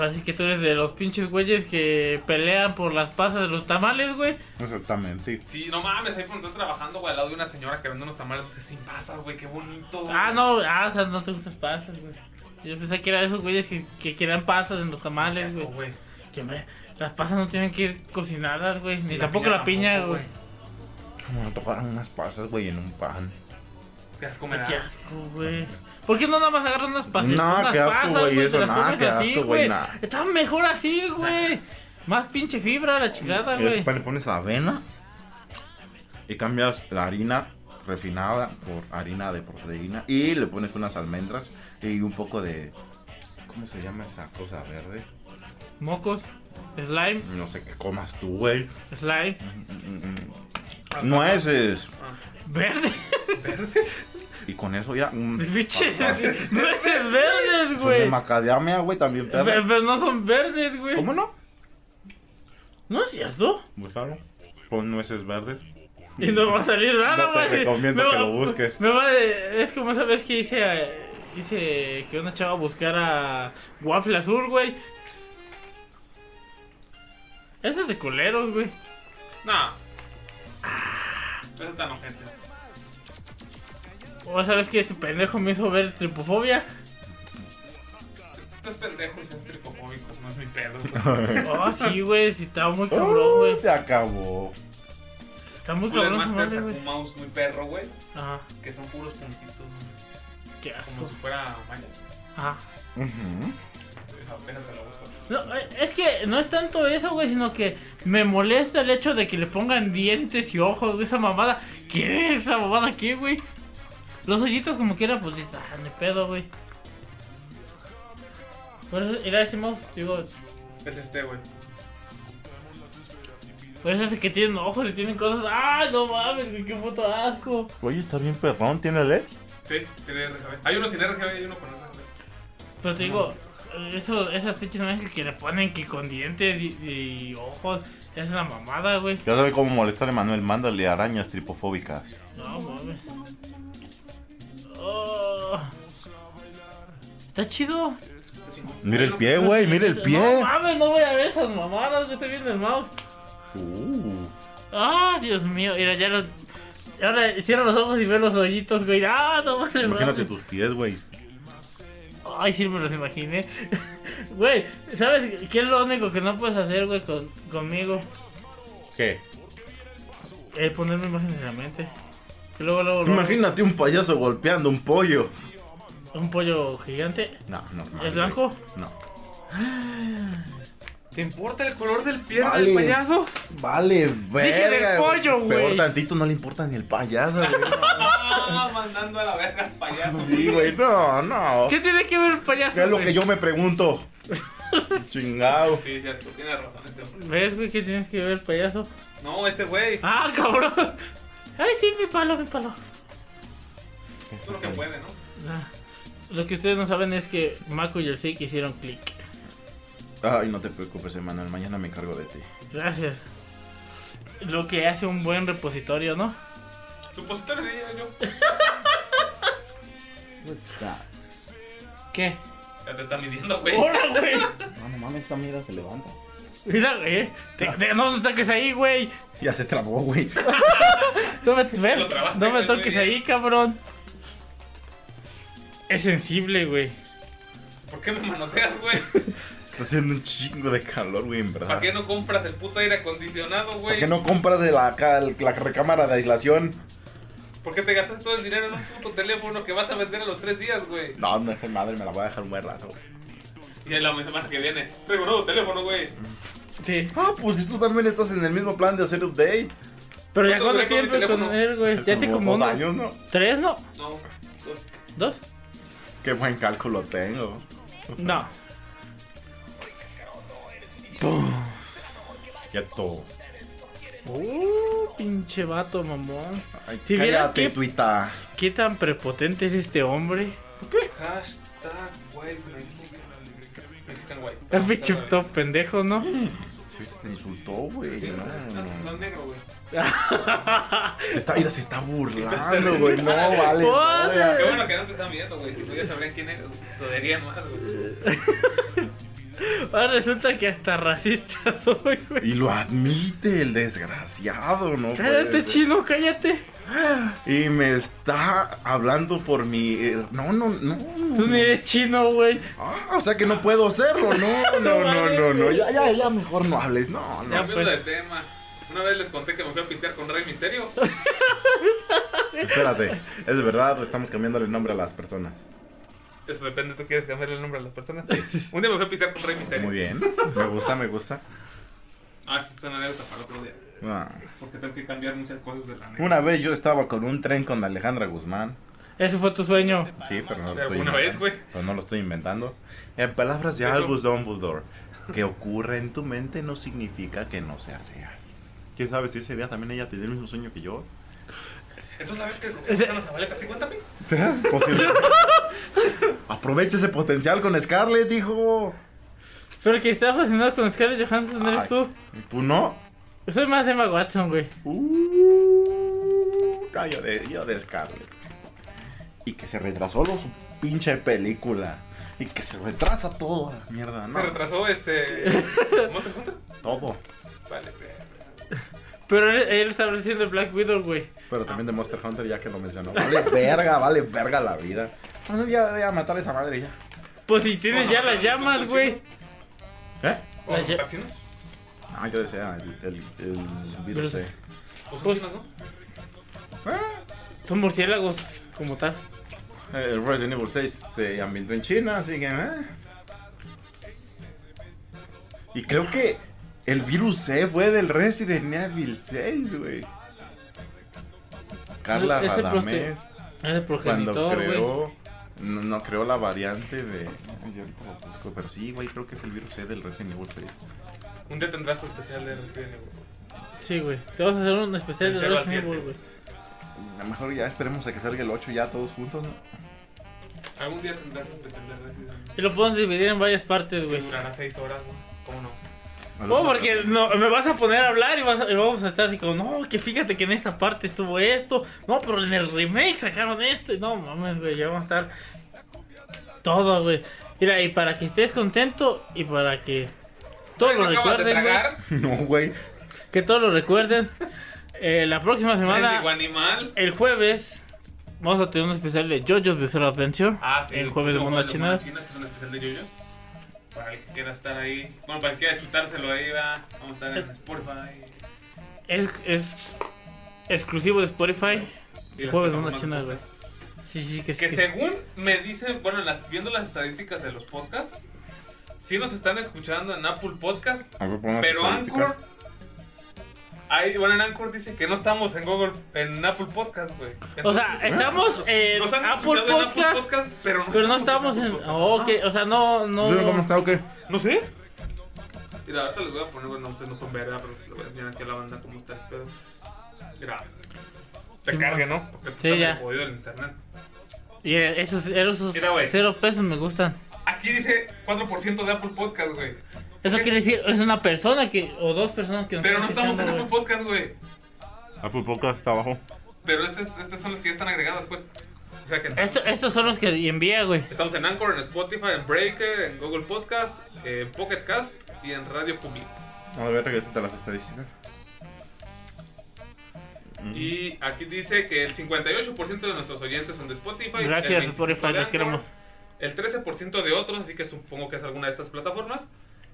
Así que tú eres de los pinches güeyes que pelean por las pasas de los tamales, güey. Exactamente. Sí, no mames, ahí cuando estoy trabajando, güey, al lado de una señora que vende unos tamales dulces sin pasas, güey, qué bonito. güey. Ah, no, ah, o sea, no te gustan las pasas, güey. Yo pensé que era de esos güeyes que, que querían pasas en los Qué tamales, asco, güey. güey. Que me- las pasas no tienen que ir cocinadas, güey. Ni Y tampoco la piña, tampoco, güey. Como me tocaron unas pasas, güey, en un pan. Qué asco me Ay, Qué da. asco, güey. ¿Por qué no nada más agarran unas pasitas? No, unas qué asco, pasas, güey, te eso, las nah, comes qué así, asco, güey, nah. Está mejor así, güey. Más pinche fibra a la chingada, Y güey. después le pones avena y cambias la harina refinada por harina de proteína y le pones unas almendras y un poco de... ¿Cómo se llama esa cosa verde? Mocos, slime, No sé qué comas tú, güey. slime, Nueces. [laughs] verde. [laughs] Y con eso ya... mm, Biches, [laughs] fantástico. nueces verdes, Son de güey. macadamia, güey, también Pe- perra. Pero no son verdes, güey. ¿Cómo no? No es cierto. Búscalo. Pon nueces verdes. Y no va a salir nada, No te güey. recomiendo Me que va- lo busques. me va de- es como esa vez que hice, eh, hice que una chava buscara waffle azul, güey. Eso es de culeros, güey. No. Eso tan ojete. O esa vez que ese Este pendejo me hizo ver [laughs] tripofobia. Tú es pendejo y seas tripofóbico, no es mi pedo. Oh, sí, güey, sí, está muy cabrón, güey. Uy, se acabó. Está muy Cooler cabrón, su Master madre, sacó güey. un mouse muy perro, güey, Ajá, que son puros puntitos, güey, qué como asco. si fuera malla. Ajá. Ujú. Déjate la busco. No, eh, es que no es tanto eso, güey, sino que me molesta el hecho de que le pongan dientes y ojos, güey, esa mamada. ¿Qué es esa mamada aquí, güey? Los hoyitos como quiera, pues dices, ah, ni pedo, güey. Por eso, era ese mouse, digo, Es este, güey. por eso es que tienen ojos y tienen cosas. ¡Ah, no mames, güey, qué puto asco! Oye, está bien perrón, tiene LEDs. Sí, tiene RGB. Hay uno sin RGB y uno con RGB. Pero te digo, eso, esas pinches imágenes que le ponen que con dientes y, y ojos, es una mamada, güey. Ya sabe cómo molestar a Emanuel, mándale arañas tripofóbicas. No mames. Oh. Está chido. Mira el pie, güey, mira el No pie. mames, no voy a ver esas mamadas. Yo estoy viendo el mouse. Uh, Ah, Dios mío. Mira, ya los. Ahora cierra los ojos y ve los hoyitos, güey. Ah, no mames. imagínate tus pies, güey. Ay, sí me los imaginé. [laughs] Güey, ¿sabes qué es lo único que no puedes hacer, güey, con- conmigo? ¿Qué? Eh, ponerme imágenes en la mente. Que luego, luego, luego, Imagínate un payaso golpeando un pollo. Un pollo gigante. No, normal. ¿Es blanco? güey. No. ¿Te importa el color del pie Vale. [laughs] del payaso? Oh. Vale, Dije del verga. pollo, güey. Peor tantito, no le importa ni el [laughs] payaso, güey. Ah, mandando a la verga al payaso, Sí, güey, no, no. ¿Qué tiene que ver el payaso? ¿Qué es lo güey? que yo [laughs] me pregunto? Chingado. Sí, cierto, tienes razón este hombre. ¿Ves, güey, que tienes que ver el payaso? No, este güey, ¡Ah, cabrón! ¡Ay, sí, mi palo, mi palo! es lo que puede, ¿no? Ah, Lo que ustedes no saben es que Mako y el Sik hicieron clic. Ay, no te preocupes, Emanuel, mañana me encargo de ti. Gracias. Lo que hace un buen repositorio, ¿no? Supositorio de yo. ¿Qué? Pues, Ya te está midiendo, güey. ¡Hola, güey! [laughs] No, no mames, esa mierda se levanta. Mira, güey. Te- te- no me toques ahí, güey. Ya se trabó, güey. No me, ven, Lo trabaste, no me güey, toques muy bien. ahí, cabrón. Es sensible, güey. ¿Por qué me manoteas, güey? Está haciendo un chingo de calor, güey, en verdad. ¿Para qué no compras el puto aire acondicionado, ¿Por güey? qué no compras de la, ca- la recámara de aislación? ¿Por qué te gastas todo el dinero en un puto teléfono que vas a vender a los tres días, güey? No, no, esa madre me la voy a dejar un buen rato, güey. Y en la semana que viene, traigo un nuevo teléfono, güey. Sí. Ah, pues tú también estás en el mismo plan de hacer update. Pero ya ¿Cuánto cuánto duré con mi tiempo con teléfono? él, güey. Ya hace como dos unos años, ¿no? tres, ¿no? No, ¿Dos? Qué buen cálculo tengo. No. Quieto. Uh, pinche vato, mamón. Ay, Si vieran cállate, qué- tuita. ¿Qué tan prepotente es este hombre? hashtag white Mexican. Mexican white. Es Ah, pinche todo pendejo, ¿no? Sí, te insultó, güey. Sí, No, no, no. Son negro, güey. Se está, mira, se está burlando, güey. No, vale. no, Joder. ya. Qué bueno que no te están viendo, güey. Si no, ya sabrían quién eres. güey. Te odiarían más, güey. Ahora Ah, resulta que hasta racista [laughs] soy, güey. Y lo admite el desgraciado, ¿no? Cállate, Puede ser. chino, cállate. Y me está hablando por mi. eh, No, no, no. Tú ni eres chino, güey. Ah, o sea que no puedo hacerlo. [laughs] No, no, no, no, no. Ya, ya, ya, mejor no hables. No, no. Ya, Cambiando pues. de tema. Una vez les conté que me fui a pistear con Rey Misterio. Espérate, es verdad, estamos cambiándole el nombre a las personas. Eso depende, ¿tú quieres cambiarle el nombre a las personas? Un día me fui a pistear con Rey Misterio. Muy bien, me gusta, me gusta. Ah, sí, es una anécdota para otro día. Ah, Porque tengo que cambiar muchas cosas de la anécdota. Una vez yo estaba con un tren con Alejandra Guzmán. Ese fue tu sueño. Sí, pero no lo Pero estoy fue una inventando. vez, güey. Pero no lo estoy inventando. En palabras de De hecho- Albus Dumbledore, que ocurre en tu mente no significa que no sea real. ¿Quién sabe si ese día también ella tenía el mismo sueño que yo? Entonces, ¿sabes qué? ¿Cómo están las abaletas? ¿Sí, cuéntame? Posible. Aprovecha ese potencial con Scarlett, dijo. Pero el que está fascinado con Scarlett Johansson eres Ay. tú. ¿Tú no? Yo Soy más Emma Watson, güey. Uh, no, yo de, yo de Scarlett. Y que se retrasó los pinche película. Y que se retrasa todo. la Mierda, no. Me [laughs] retrasó este. ¿Monster Hunter? Todo. Vale, pues. pero. Pero él, él está haciendo Black Widow, güey. Pero también de Monster Hunter, ya que lo [laughs] mencionó. Vale verga, vale verga la vida. Bueno, ya voy a matar a esa madre ya. Pues si tienes Bueno, ya pero las no llamas, tanto, güey. ¿Eh? La ¿Vamos a ye- matar chinos? Ah, yo decía el, el, el virus C. Pues son Pues- chinos, ¿no? Son murciélagos, como tal. El Resident Evil 6 se ambientó en China, así que. ¿eh? Y creo que el virus C fue del Resident Evil 6, güey. Carla Ese prote- Radamés, Es el cuando progenitor, güey. creó. No, no creó la variante de. ay, yo ahorita lo busco, pero sí, güey, creo que es el virus C del Resident Evil 6. Un día tendrás tu especial de Resident Evil. Sí, güey. Te vas a hacer un especial El de cero al Resident Evil, siete. güey. A lo mejor ya esperemos a que salga el 8 ya todos juntos, ¿no? Algún día tendrás tu especial de Resident Evil. Y lo podemos dividir en varias partes, Que güey. durará 6 horas, ¿no? ¿Cómo no? Oh, porque [laughs] no, me vas a poner a hablar y, vas a- y vamos a estar así como, no, que fíjate que en esta parte estuvo esto, no, pero en el remake sacaron esto, y no mames, güey, ya vamos a estar todo, güey. Mira, y para que estés contento y para que todos ¿No lo acabas de recuerden, güey, tragar? No, güey. que todos lo recuerden, eh, la próxima ¿Mendigo semana, animal? el jueves, vamos a tener un especial de JoJo's Bizarre Adventure, Ah, sí. el jueves de próximo Mundo jueves China. Mundo China sí es un especial de yoyos. Para el que quiera estar ahí. Bueno, para el que quiera chutárselo ahí, va. Vamos a estar en Spotify. Es, es exclusivo de Spotify. y las Jueves de plataformas Mundo China, de güey. podcast. Sí, sí, que, Que que- según me dicen, bueno, las- viendo las estadísticas de los podcasts, sí nos están escuchando en Apple Podcast, A ver, pon las pero estadísticas. Anchor. Ahí, bueno, en Anchor dice que no estamos en Google, en Apple Podcast, güey. O sea, Entonces, ¿eh? estamos en nos han Apple escuchado en Podcast, Apple Podcast, pero no pero no estamos en. Apple Podcast. oh, ok, o sea, no, no. Dime ¿Cómo está o qué? Ajá. No sé. Ah, Mira, ahorita les voy a poner, bueno, ustedes no pueden ver, ah, pero les voy a enseñar aquí a la banda cómo está el pedo. Mira. Te Sí, cargue, ¿no? Porque Sí, está ya. medio jodido el internet. Y eh, esos, esos Mira, güey. cero pesos me gustan. Aquí dice 4% de Apple Podcast, güey. Eso quiere decir, es una persona que o dos personas que nos Pero no están estamos en escuchando, Apple Podcast, güey. Apple Podcast Ah, pues está abajo. Pero estas, estas son las que ya están agregadas, pues. O sea que güey. Esto- estos son los que envía, güey. estamos en Anchor, en Spotify, en Breaker, en Google Podcast, en Pocket Cast y en Radio Public. A ver, regresate a las estadísticas. Y aquí dice que el 58% de nuestros oyentes son de Spotify. el Gracias, 25% Spotify, de los Anchor, queremos. El 13% de otros, así que supongo que es alguna de estas plataformas.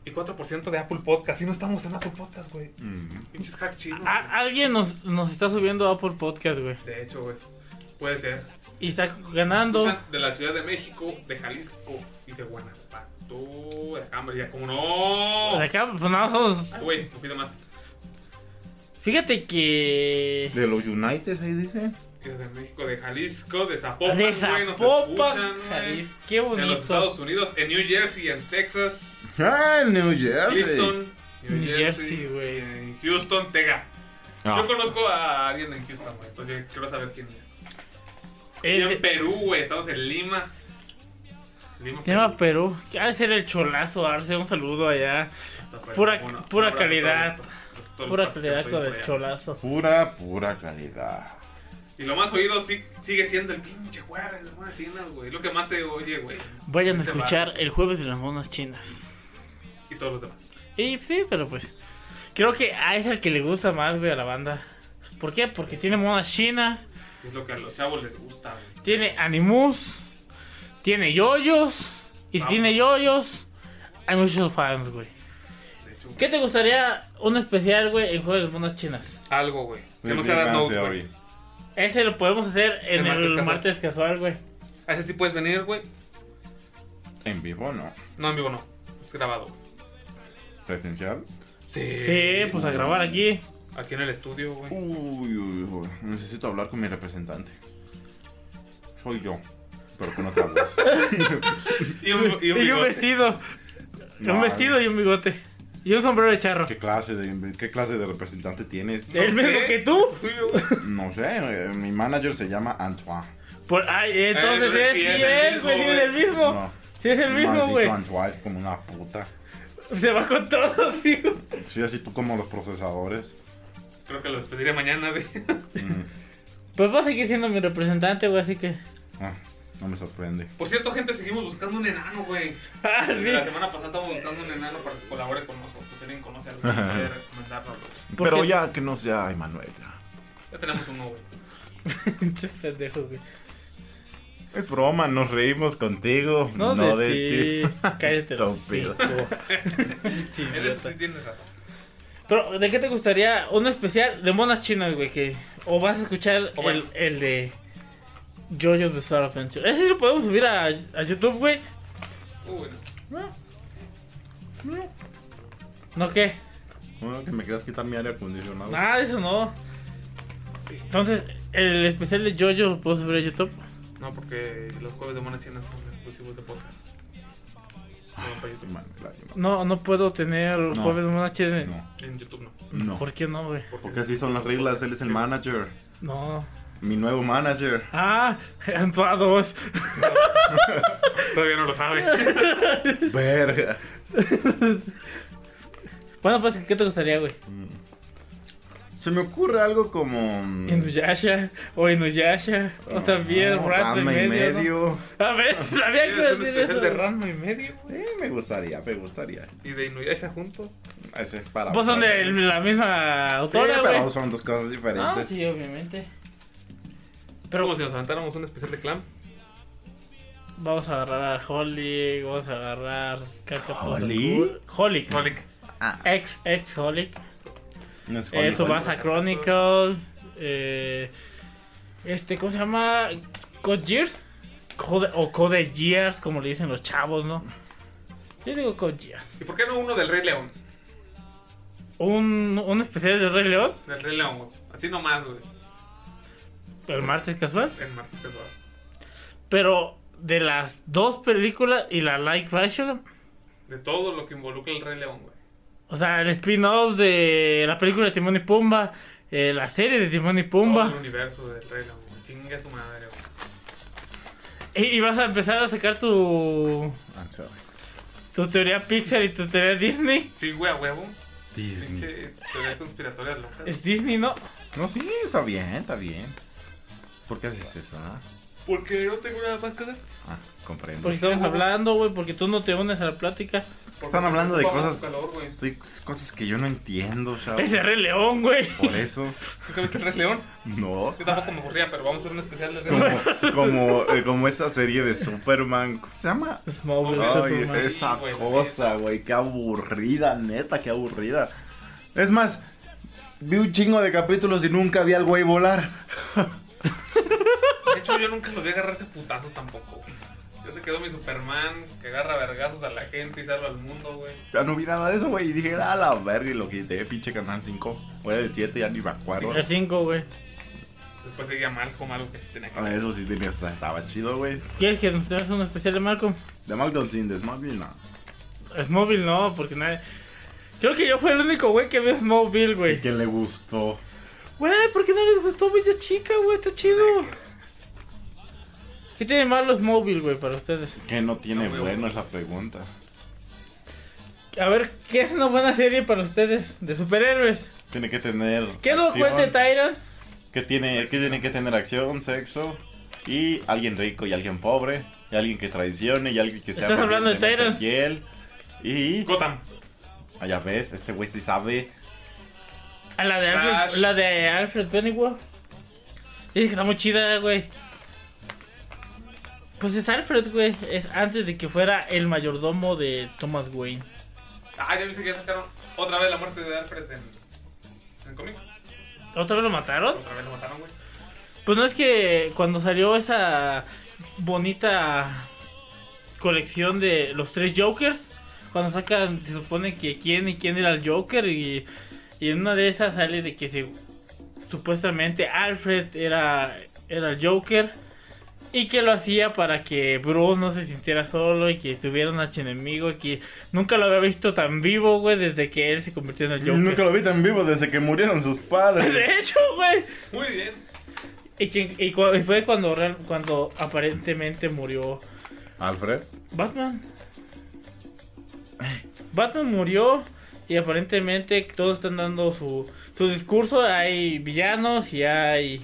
Y 4% de Apple Podcast. Si no estamos en Apple Podcast, güey. Mm. Pinches hacks chidos. A- alguien nos, nos está subiendo a Apple Podcast, güey. De hecho, güey. Puede ser. Y está ganando. Escuchan de la Ciudad de México, de Jalisco y de Guanajuato. De acá, hombre, ya como no. De acá, pues nada, somos. Ay, Güey, no pido más. Fíjate que. De los United, ahí dice. Es de México, de Jalisco, de Zapopan, De güey, nos Zapopan, escuchan, güey. Jalisco. Qué En los bonito. Estados Unidos, en New Jersey, en Texas, ¡Ah, el New Jersey! Clifton, New New Jersey, Jersey, güey. en Houston, Tega. Ah. Ah. Yo conozco a alguien en Houston, güey, entonces yo quiero saber quién es. Y en Ese- Perú, güey, estamos en Lima. Lima, Llama Perú. Perú. ¿Qué ha de ser el cholazo? Arce, un saludo allá. Hasta Perú. pues, pura- Un abrazo pura a todos los- calidad. todos los Pura pases que calidad estoy con por el allá. cholazo. Pura, pura calidad. Y lo más oído sí- sigue siendo el pinche jueves de monas chinas, güey. Lo que más se oye, güey. Vayan a Este escuchar el jueves de las monas chinas. Y todos los demás. Y sí, pero pues. Creo que a es el que le gusta más, güey, a la banda. ¿Por qué? Porque tiene monas chinas, Es lo que a los chavos les gusta, güey. tiene animus, tiene yoyos. Y si Vamos. tiene yoyos, hay muchos fans, güey. De hecho, ¿Qué te gustaría un especial, güey, en Jueves de Monas Chinas? Algo, güey. Que no Big sea Bang Death Note, Theory. güey. Ese lo podemos hacer en el, El martes casual. martes casual, güey. A ese sí puedes venir, güey. En vivo, ¿no? No, en vivo no. Es grabado, güey. Presencial. Sí. Sí, pues a grabar aquí. Aquí en el estudio, güey. Uy, uy, uy. Necesito hablar con mi representante. Soy yo. Pero con otra [laughs] voz. Y un, y [laughs] un Y un bigote. vestido. No, un vestido y un bigote. Y un sombrero de charro. ¿Qué clase de, qué clase de representante tienes? No ¿El mismo sé. que tú? Tuyo, güey. No sé, eh, mi manager se llama Antoine. Por, ay, eh, entonces entonces es, Eh, sí sí es, es el mismo, güey, sí es güey. el mismo. No. Sí es el mismo, Maldito güey. Antoine es como una puta. Se va con todo, [laughs] sí. güey. Sí, así tú como los procesadores. Mm. Creo que lo despediré mañana, güey. Pues va a seguir siendo mi representante, güey, así que. Ah, no me sorprende. Por cierto, gente, seguimos buscando un enano, güey. Ah, sí. [laughs] La semana pasada estábamos buscando un enano para que colabore con nosotros. Si alguien conoce a alguien, puede recomendarnos, güey. ¿Por Pero qué? ya que no sea Emanuel. ya. Ya tenemos uno, güey. Pinches pendejos, güey. Es broma, nos reímos contigo. No, de, ti. [laughs] Cállate, el Estúpido. [laughs] hocico. Pinche En eso idiota. sí tienes razón. Pero, ¿de qué te gustaría? Un especial de monas chinas, güey, que... O vas a escuchar O bueno. el, el de... Jojo de Star Adventure. Ese sí lo podemos subir a, a YouTube, güey. Uh, bueno. ¿No qué? Bueno, que me quieras quitar mi aire acondicionado. Nada de eso no. Entonces, el especial de Jojo lo puedo subir a YouTube. No, porque los jueves de Mona China son exclusivos de podcast. No, para YouTube. Man, claro, No, no puedo tener No. jueves de monas chinas. No, En YouTube no. no. ¿Por qué no, güey? Porque así son las reglas, él es el manager. No. Mi nuevo [laughs] manager. Ah, Antoine 2. [laughs] Todavía no [laughs] lo sabe. Verga. Bueno, pues, ¿qué te gustaría, güey? Se me ocurre algo como. mm, Inuyasha o Inuyasha o ah, también Ranma y medio. ¿no? A [laughs] ver, sabía que iba a Es un decir eso. especial de Ranma y medio. Eh, me gustaría, me gustaría. Y de Inuyasha juntos. Ese es para. Pues son de la misma Sí, autora, pero güey. son dos cosas diferentes. Ah, sí, obviamente. Pero como si nos aventáramos un especial de clan. Vamos a agarrar a Holic, vamos a agarrar Caca ¿Holic? Pasa- Holic. Holic. Ex, ex Holic. No es Eh, Hollywood. Subasa Chronicles. Eh, este, ¿cómo se llama? Code Gears. Code- o Code Gears, como le dicen los chavos, ¿no? Yo digo Code Gears. ¿Y por qué no uno del Rey León? Un, un especial de Rey León, Del Rey León, güey. Así nomás, güey. el martes casual. En martes casual. Pero de las dos películas y la live action, De todo lo que involucra el Rey León, güey. o sea, el spin-off de la película de Timón y Pumba, eh, la serie de Timón y Todo el Pumba, universo del Rey León, güey. Chinga su madre, güey. y, y vas a empezar a sacar tu, Ah, I'm sorry. tu teoría Pixar y tu teoría Disney. Sí, güey, a huevo. Disney. Pinche teorías conspiratorias locas. Es Disney, ¿no? No, sí, está bien, está bien. ¿Por qué haces eso? ah? Porque no tengo nada más que hacer. Ah, comprendo. Porque estamos hablando, güey, porque tú no te unes a la plática. [laughs] Es que Porque están hablando de ocupa más cosas, calor, güey. estoy- cosas que yo no entiendo, chavo. Ese Rey León, güey. Por eso, ¿Tú sabes que el Rey León? no. Yo tampoco me aburría, pero vamos a hacer un especial de Rey León. [laughs] Como, como, eh, como esa serie de Superman, ¿cómo se llama? Smallville, Ay, Superman. esa Sí, güey, cosa, güey, qué aburrida, neta, qué aburrida. Es más, vi un chingo de capítulos y nunca vi al güey volar. De hecho, yo nunca lo vi agarrarse a putazos tampoco. güey. Yo se quedó mi Superman que agarra vergazos a la gente y salva al mundo, güey. Ya no vi nada de eso, güey, y dije, a la verga, y lo quité, pinche Canal 5. O era el 7, ya ni me acuerdo. El 5, güey. Después seguía Malcolm, algo que sí tenía que Ah, ver. Eso sí tenía, estaba chido, güey. ¿Quieres que nos tengas un especial de Malcolm? De Malcolm sin de Smallville, no. Smallville no, porque nadie. Creo que yo fui el único güey que vio Smallville, ¿Y güey. que le gustó? Güey, ¿por qué no les gustó Bella Chica, güey? Está chido. ¿Qué tiene malo Smallville, güey, para ustedes? Que no tiene No, güey. bueno, es la pregunta. A ver, ¿qué es una buena serie para ustedes de superhéroes? Tiene que tener. ¿Qué nos acción, cuente Tyran? que tiene, que tiene que tener acción, sexo. Y alguien rico y alguien pobre. Y alguien que traicione y alguien que sea. Estás hablando de fervientemente Tyrant. fiel. Y. Gotham. Allá ves, este güey sí sabe. A Ah, la de Flash. Alfred, la de Alfred Pennyworth. Dice que está muy chida, güey. Pues es Alfred, güey. Es antes de que fuera el mayordomo de Thomas Wayne. Ah, ya viste que ya sacaron otra vez la muerte de Alfred en, en el cómic. ¿Otra vez lo mataron? Otra vez lo mataron, güey. Pues no es que cuando salió esa bonita colección de los tres Jokers, cuando sacan, se supone que quién y quién era el Joker, y, y en una de esas sale de que se- supuestamente Alfred era, era el Joker, y que lo hacía para que Bruce no se sintiera solo y que tuviera un archienemigo, y que nunca lo había visto tan vivo, güey, desde que él se convirtió en el Joker. Nunca lo vi tan vivo desde que murieron sus padres. [laughs] De hecho, güey. Muy bien. Y, que, y cu- y fue cuando, real- cuando aparentemente murió Alfred. Batman. Batman murió y aparentemente todos están dando su, su discurso. Hay villanos y hay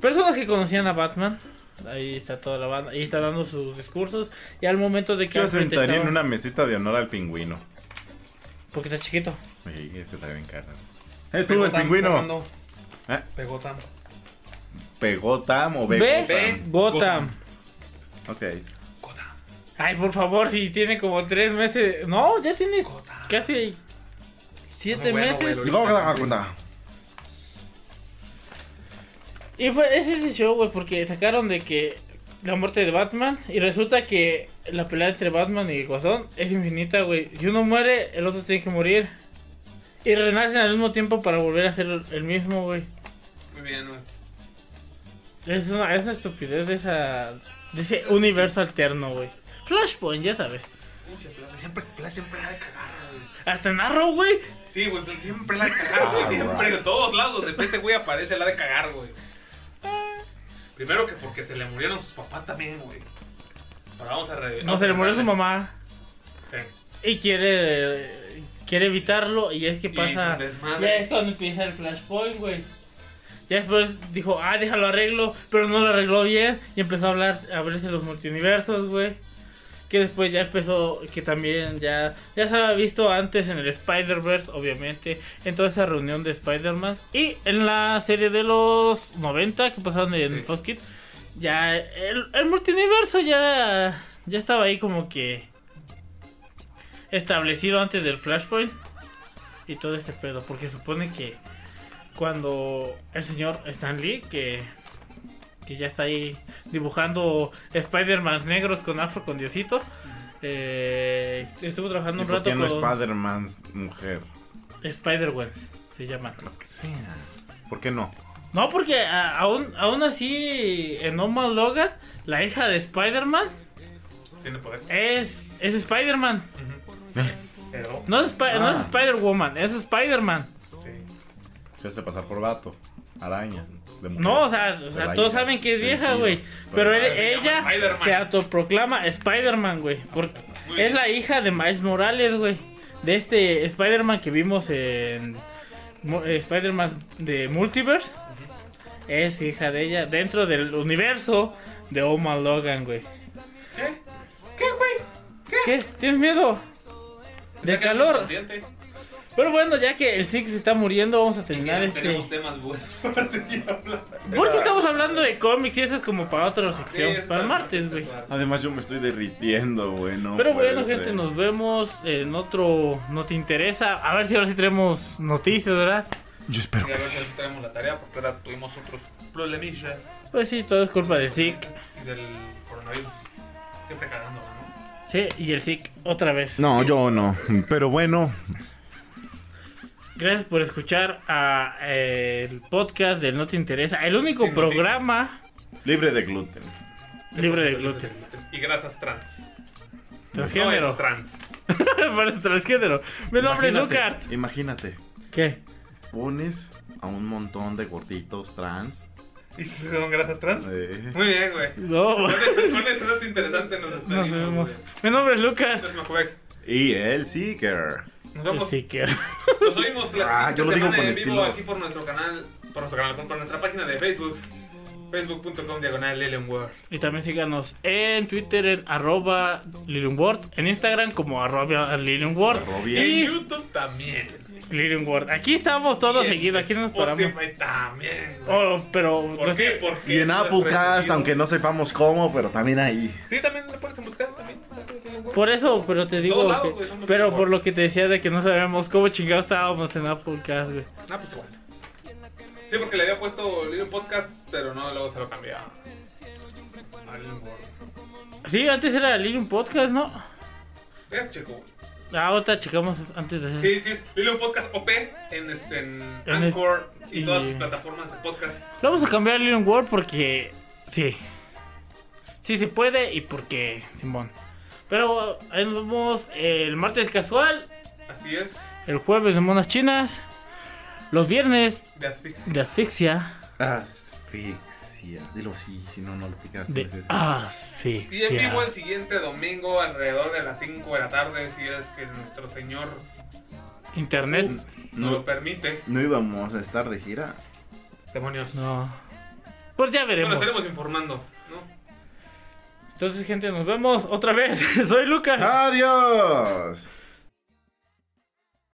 personas que conocían a Batman. Ahí está toda la banda. Ahí está dando sus discursos. Y al momento de que... Yo Alfred sentaría en estaba- una mesita de honor al pingüino. Porque está chiquito. Sí, ese está bien caro. ¡Eh, tú, el Gotham, pingüino! Fernando. ¿Eh? Pegó Tam. ¿Pegó Tam o Ve, Begotam? Gotham. Ok. Gotham. Ay, por favor, si tiene como tres meses... No, ya tienes Gotham. casi siete Muy bueno, güey, meses. lo Y fue ese es el show, güey, porque sacaron de que la muerte de Batman y resulta que la pelea entre Batman y el Guasón es infinita, güey. Si uno muere, el otro tiene que morir. Y renacen al mismo tiempo para volver a ser el mismo, güey. Muy bien, güey. Es una, es una estupidez de, esa, de ese universo alterno, güey. Flashpoint, ya sabes. Pinche Flash. Siempre, Flash siempre la de cagar, güey. Hasta en Arrow, güey. Sí, güey, pero siempre la de cagar, güey. Siempre, de todos lados donde este güey aparece la de cagar, güey. Primero que porque se le murieron sus papás también, güey. Ahora vamos a re- No, se le murió su mamá. Eh, Y quiere, quiere evitarlo. Y es que Y pasa. hizo un desmadre. Ya es cuando empieza el flashpoint, güey. Ya después dijo, ah, déjalo arreglo. Pero no lo arregló bien. Y empezó a hablar, a abrirse los multiversos, güey. Que después ya empezó, que también ya, ya se había visto antes en el Spider-Verse, obviamente, en toda esa reunión de Spider-Man. Y en la serie de los 90 que pasaron en Sí. Fox Kids, ya el, el multiverso ya, ya estaba ahí como que establecido antes del Flashpoint y todo este pedo. Porque supone que cuando el señor Stan Lee, que, que ya está ahí dibujando Spider-Man negros con afro con Diosito, eh, estuvo trabajando ¿Y un por qué rato no con Spider-Man mujer? Spider-Man, se llama. Lo que sea. ¿Por qué no? No, porque a- aún, aún así en No Man Logan, la hija de Spider-Man Tiene poderes. Eh. es, es Spider-Man. ¿Eh? Pero, No es, Spi- no es Ah. Spider-Woman, es Spider-Man. sí. Se pues, hace pasar por vato, araña. de mujer. No, o sea, o De sea, la todos hija. saben que es Sí, vieja, sí. güey. Pero él- se llama ella Spider-Man. se autoproclama Spider-Man, güey. Porque Muy es bien. la hija de Miles Morales, güey. De este Spider-Man que vimos en Mu- eh, Spider-Man de Multiverse. es hija de ella dentro del universo de Oma Logan, güey. ¿Qué? ¿Eh? ¿Qué, güey? ¿Qué? ¿Tienes miedo? De Está calor. inconsciente. Pero bueno, ya que el Six está muriendo, vamos a terminar Ya este. Tenemos temas buenos para seguir hablando. ¿Por qué estamos hablando de cómics y eso es como para otra sección? Sí, es para el martes, güey. ah, Además yo me estoy derritiendo, güey. No Pero puede bueno, gente, ser. nos vemos en otro No Te Interesa. A ver si ahora sí tenemos noticias, ¿verdad? Yo Y espero a ver si tenemos la tarea porque ahora tuvimos otros problemillas Pues sí, todo es culpa del SIC. y del coronavirus. Siempre cagando, ¿no? Sí, y el SIC otra vez. No, yo no. Pero bueno, Gracias por escuchar a eh, el podcast del No Te Interesa, el único Sin noticias. programa Libre de gluten. libre de gluten. Y grasas trans. No, Transgénero. es trans. [laughs] Parece transgénero. Mi nombre es Lucart. Imagínate, Imagínate, ¿Qué? pones a un montón de gorditos trans. ¿Y si son grasas trans? eh, Muy bien, güey. No, [laughs] Con ese- con ese dato interesante nos nos despedimos. vemos. güey. Mi nombre es Lucas. Entonces, Macubex, y el Seeker. Nos El vemos. Seeker. Nos oímos la Ah, siguiente yo lo digo semana con en vivo estilo. aquí por nuestro canal, por nuestro canal, por nuestra página de Facebook, facebook.com diagonal Ellen Ward. Y también síganos en Twitter en arroba Lilium Word, en Instagram como arroba Lilium Word Arrobia. Y y en YouTube también. Lilium Word. Aquí estamos todos Y en seguidos, aquí no nos paramos. Spotify también. güey. Oh, pero ¿Por no qué? sé, ¿Por qué Y en estás Applecast, resistido? aunque no sepamos cómo, pero también ahí. Sí, también le puedes buscar también. por eso, pero te digo, Todos lados, que- güey, son pero Lilium por Word. lo que te decía de que no sabemos cómo chingados estábamos en Applecast, güey. Ah, pues igual. Sí, porque le había puesto Little Podcast, pero no, luego se lo cambié a a Little Word. Sí, antes era Lilium Podcast, ¿no? Ya, chico. Ah, ahorita checamos antes de hacer. Sí, sí, es Little Podcast OP en, este, en En es- Anchor y, y- todas sus plataformas de podcast. Lo Vamos a cambiar a Lilium Word porque sí. Sí se puede y porque Simón. Pero ahí nos vemos el martes casual. Así es, El jueves de monas chinas. Los viernes de Asfixia. de asfixia. Asfixia. Dilo así, si no, no lo picaste. De Y en vivo el asfixia. siguiente domingo alrededor de las 5 de la tarde, si es que nuestro señor Internet. nos No. lo permite. No íbamos a estar de gira. Demonios. No. Pues ya Bueno, veremos. estaremos informando, ¿no? [laughs] Ah. Entonces, gente, nos vemos otra vez. Soy Lucas. ¡Adiós!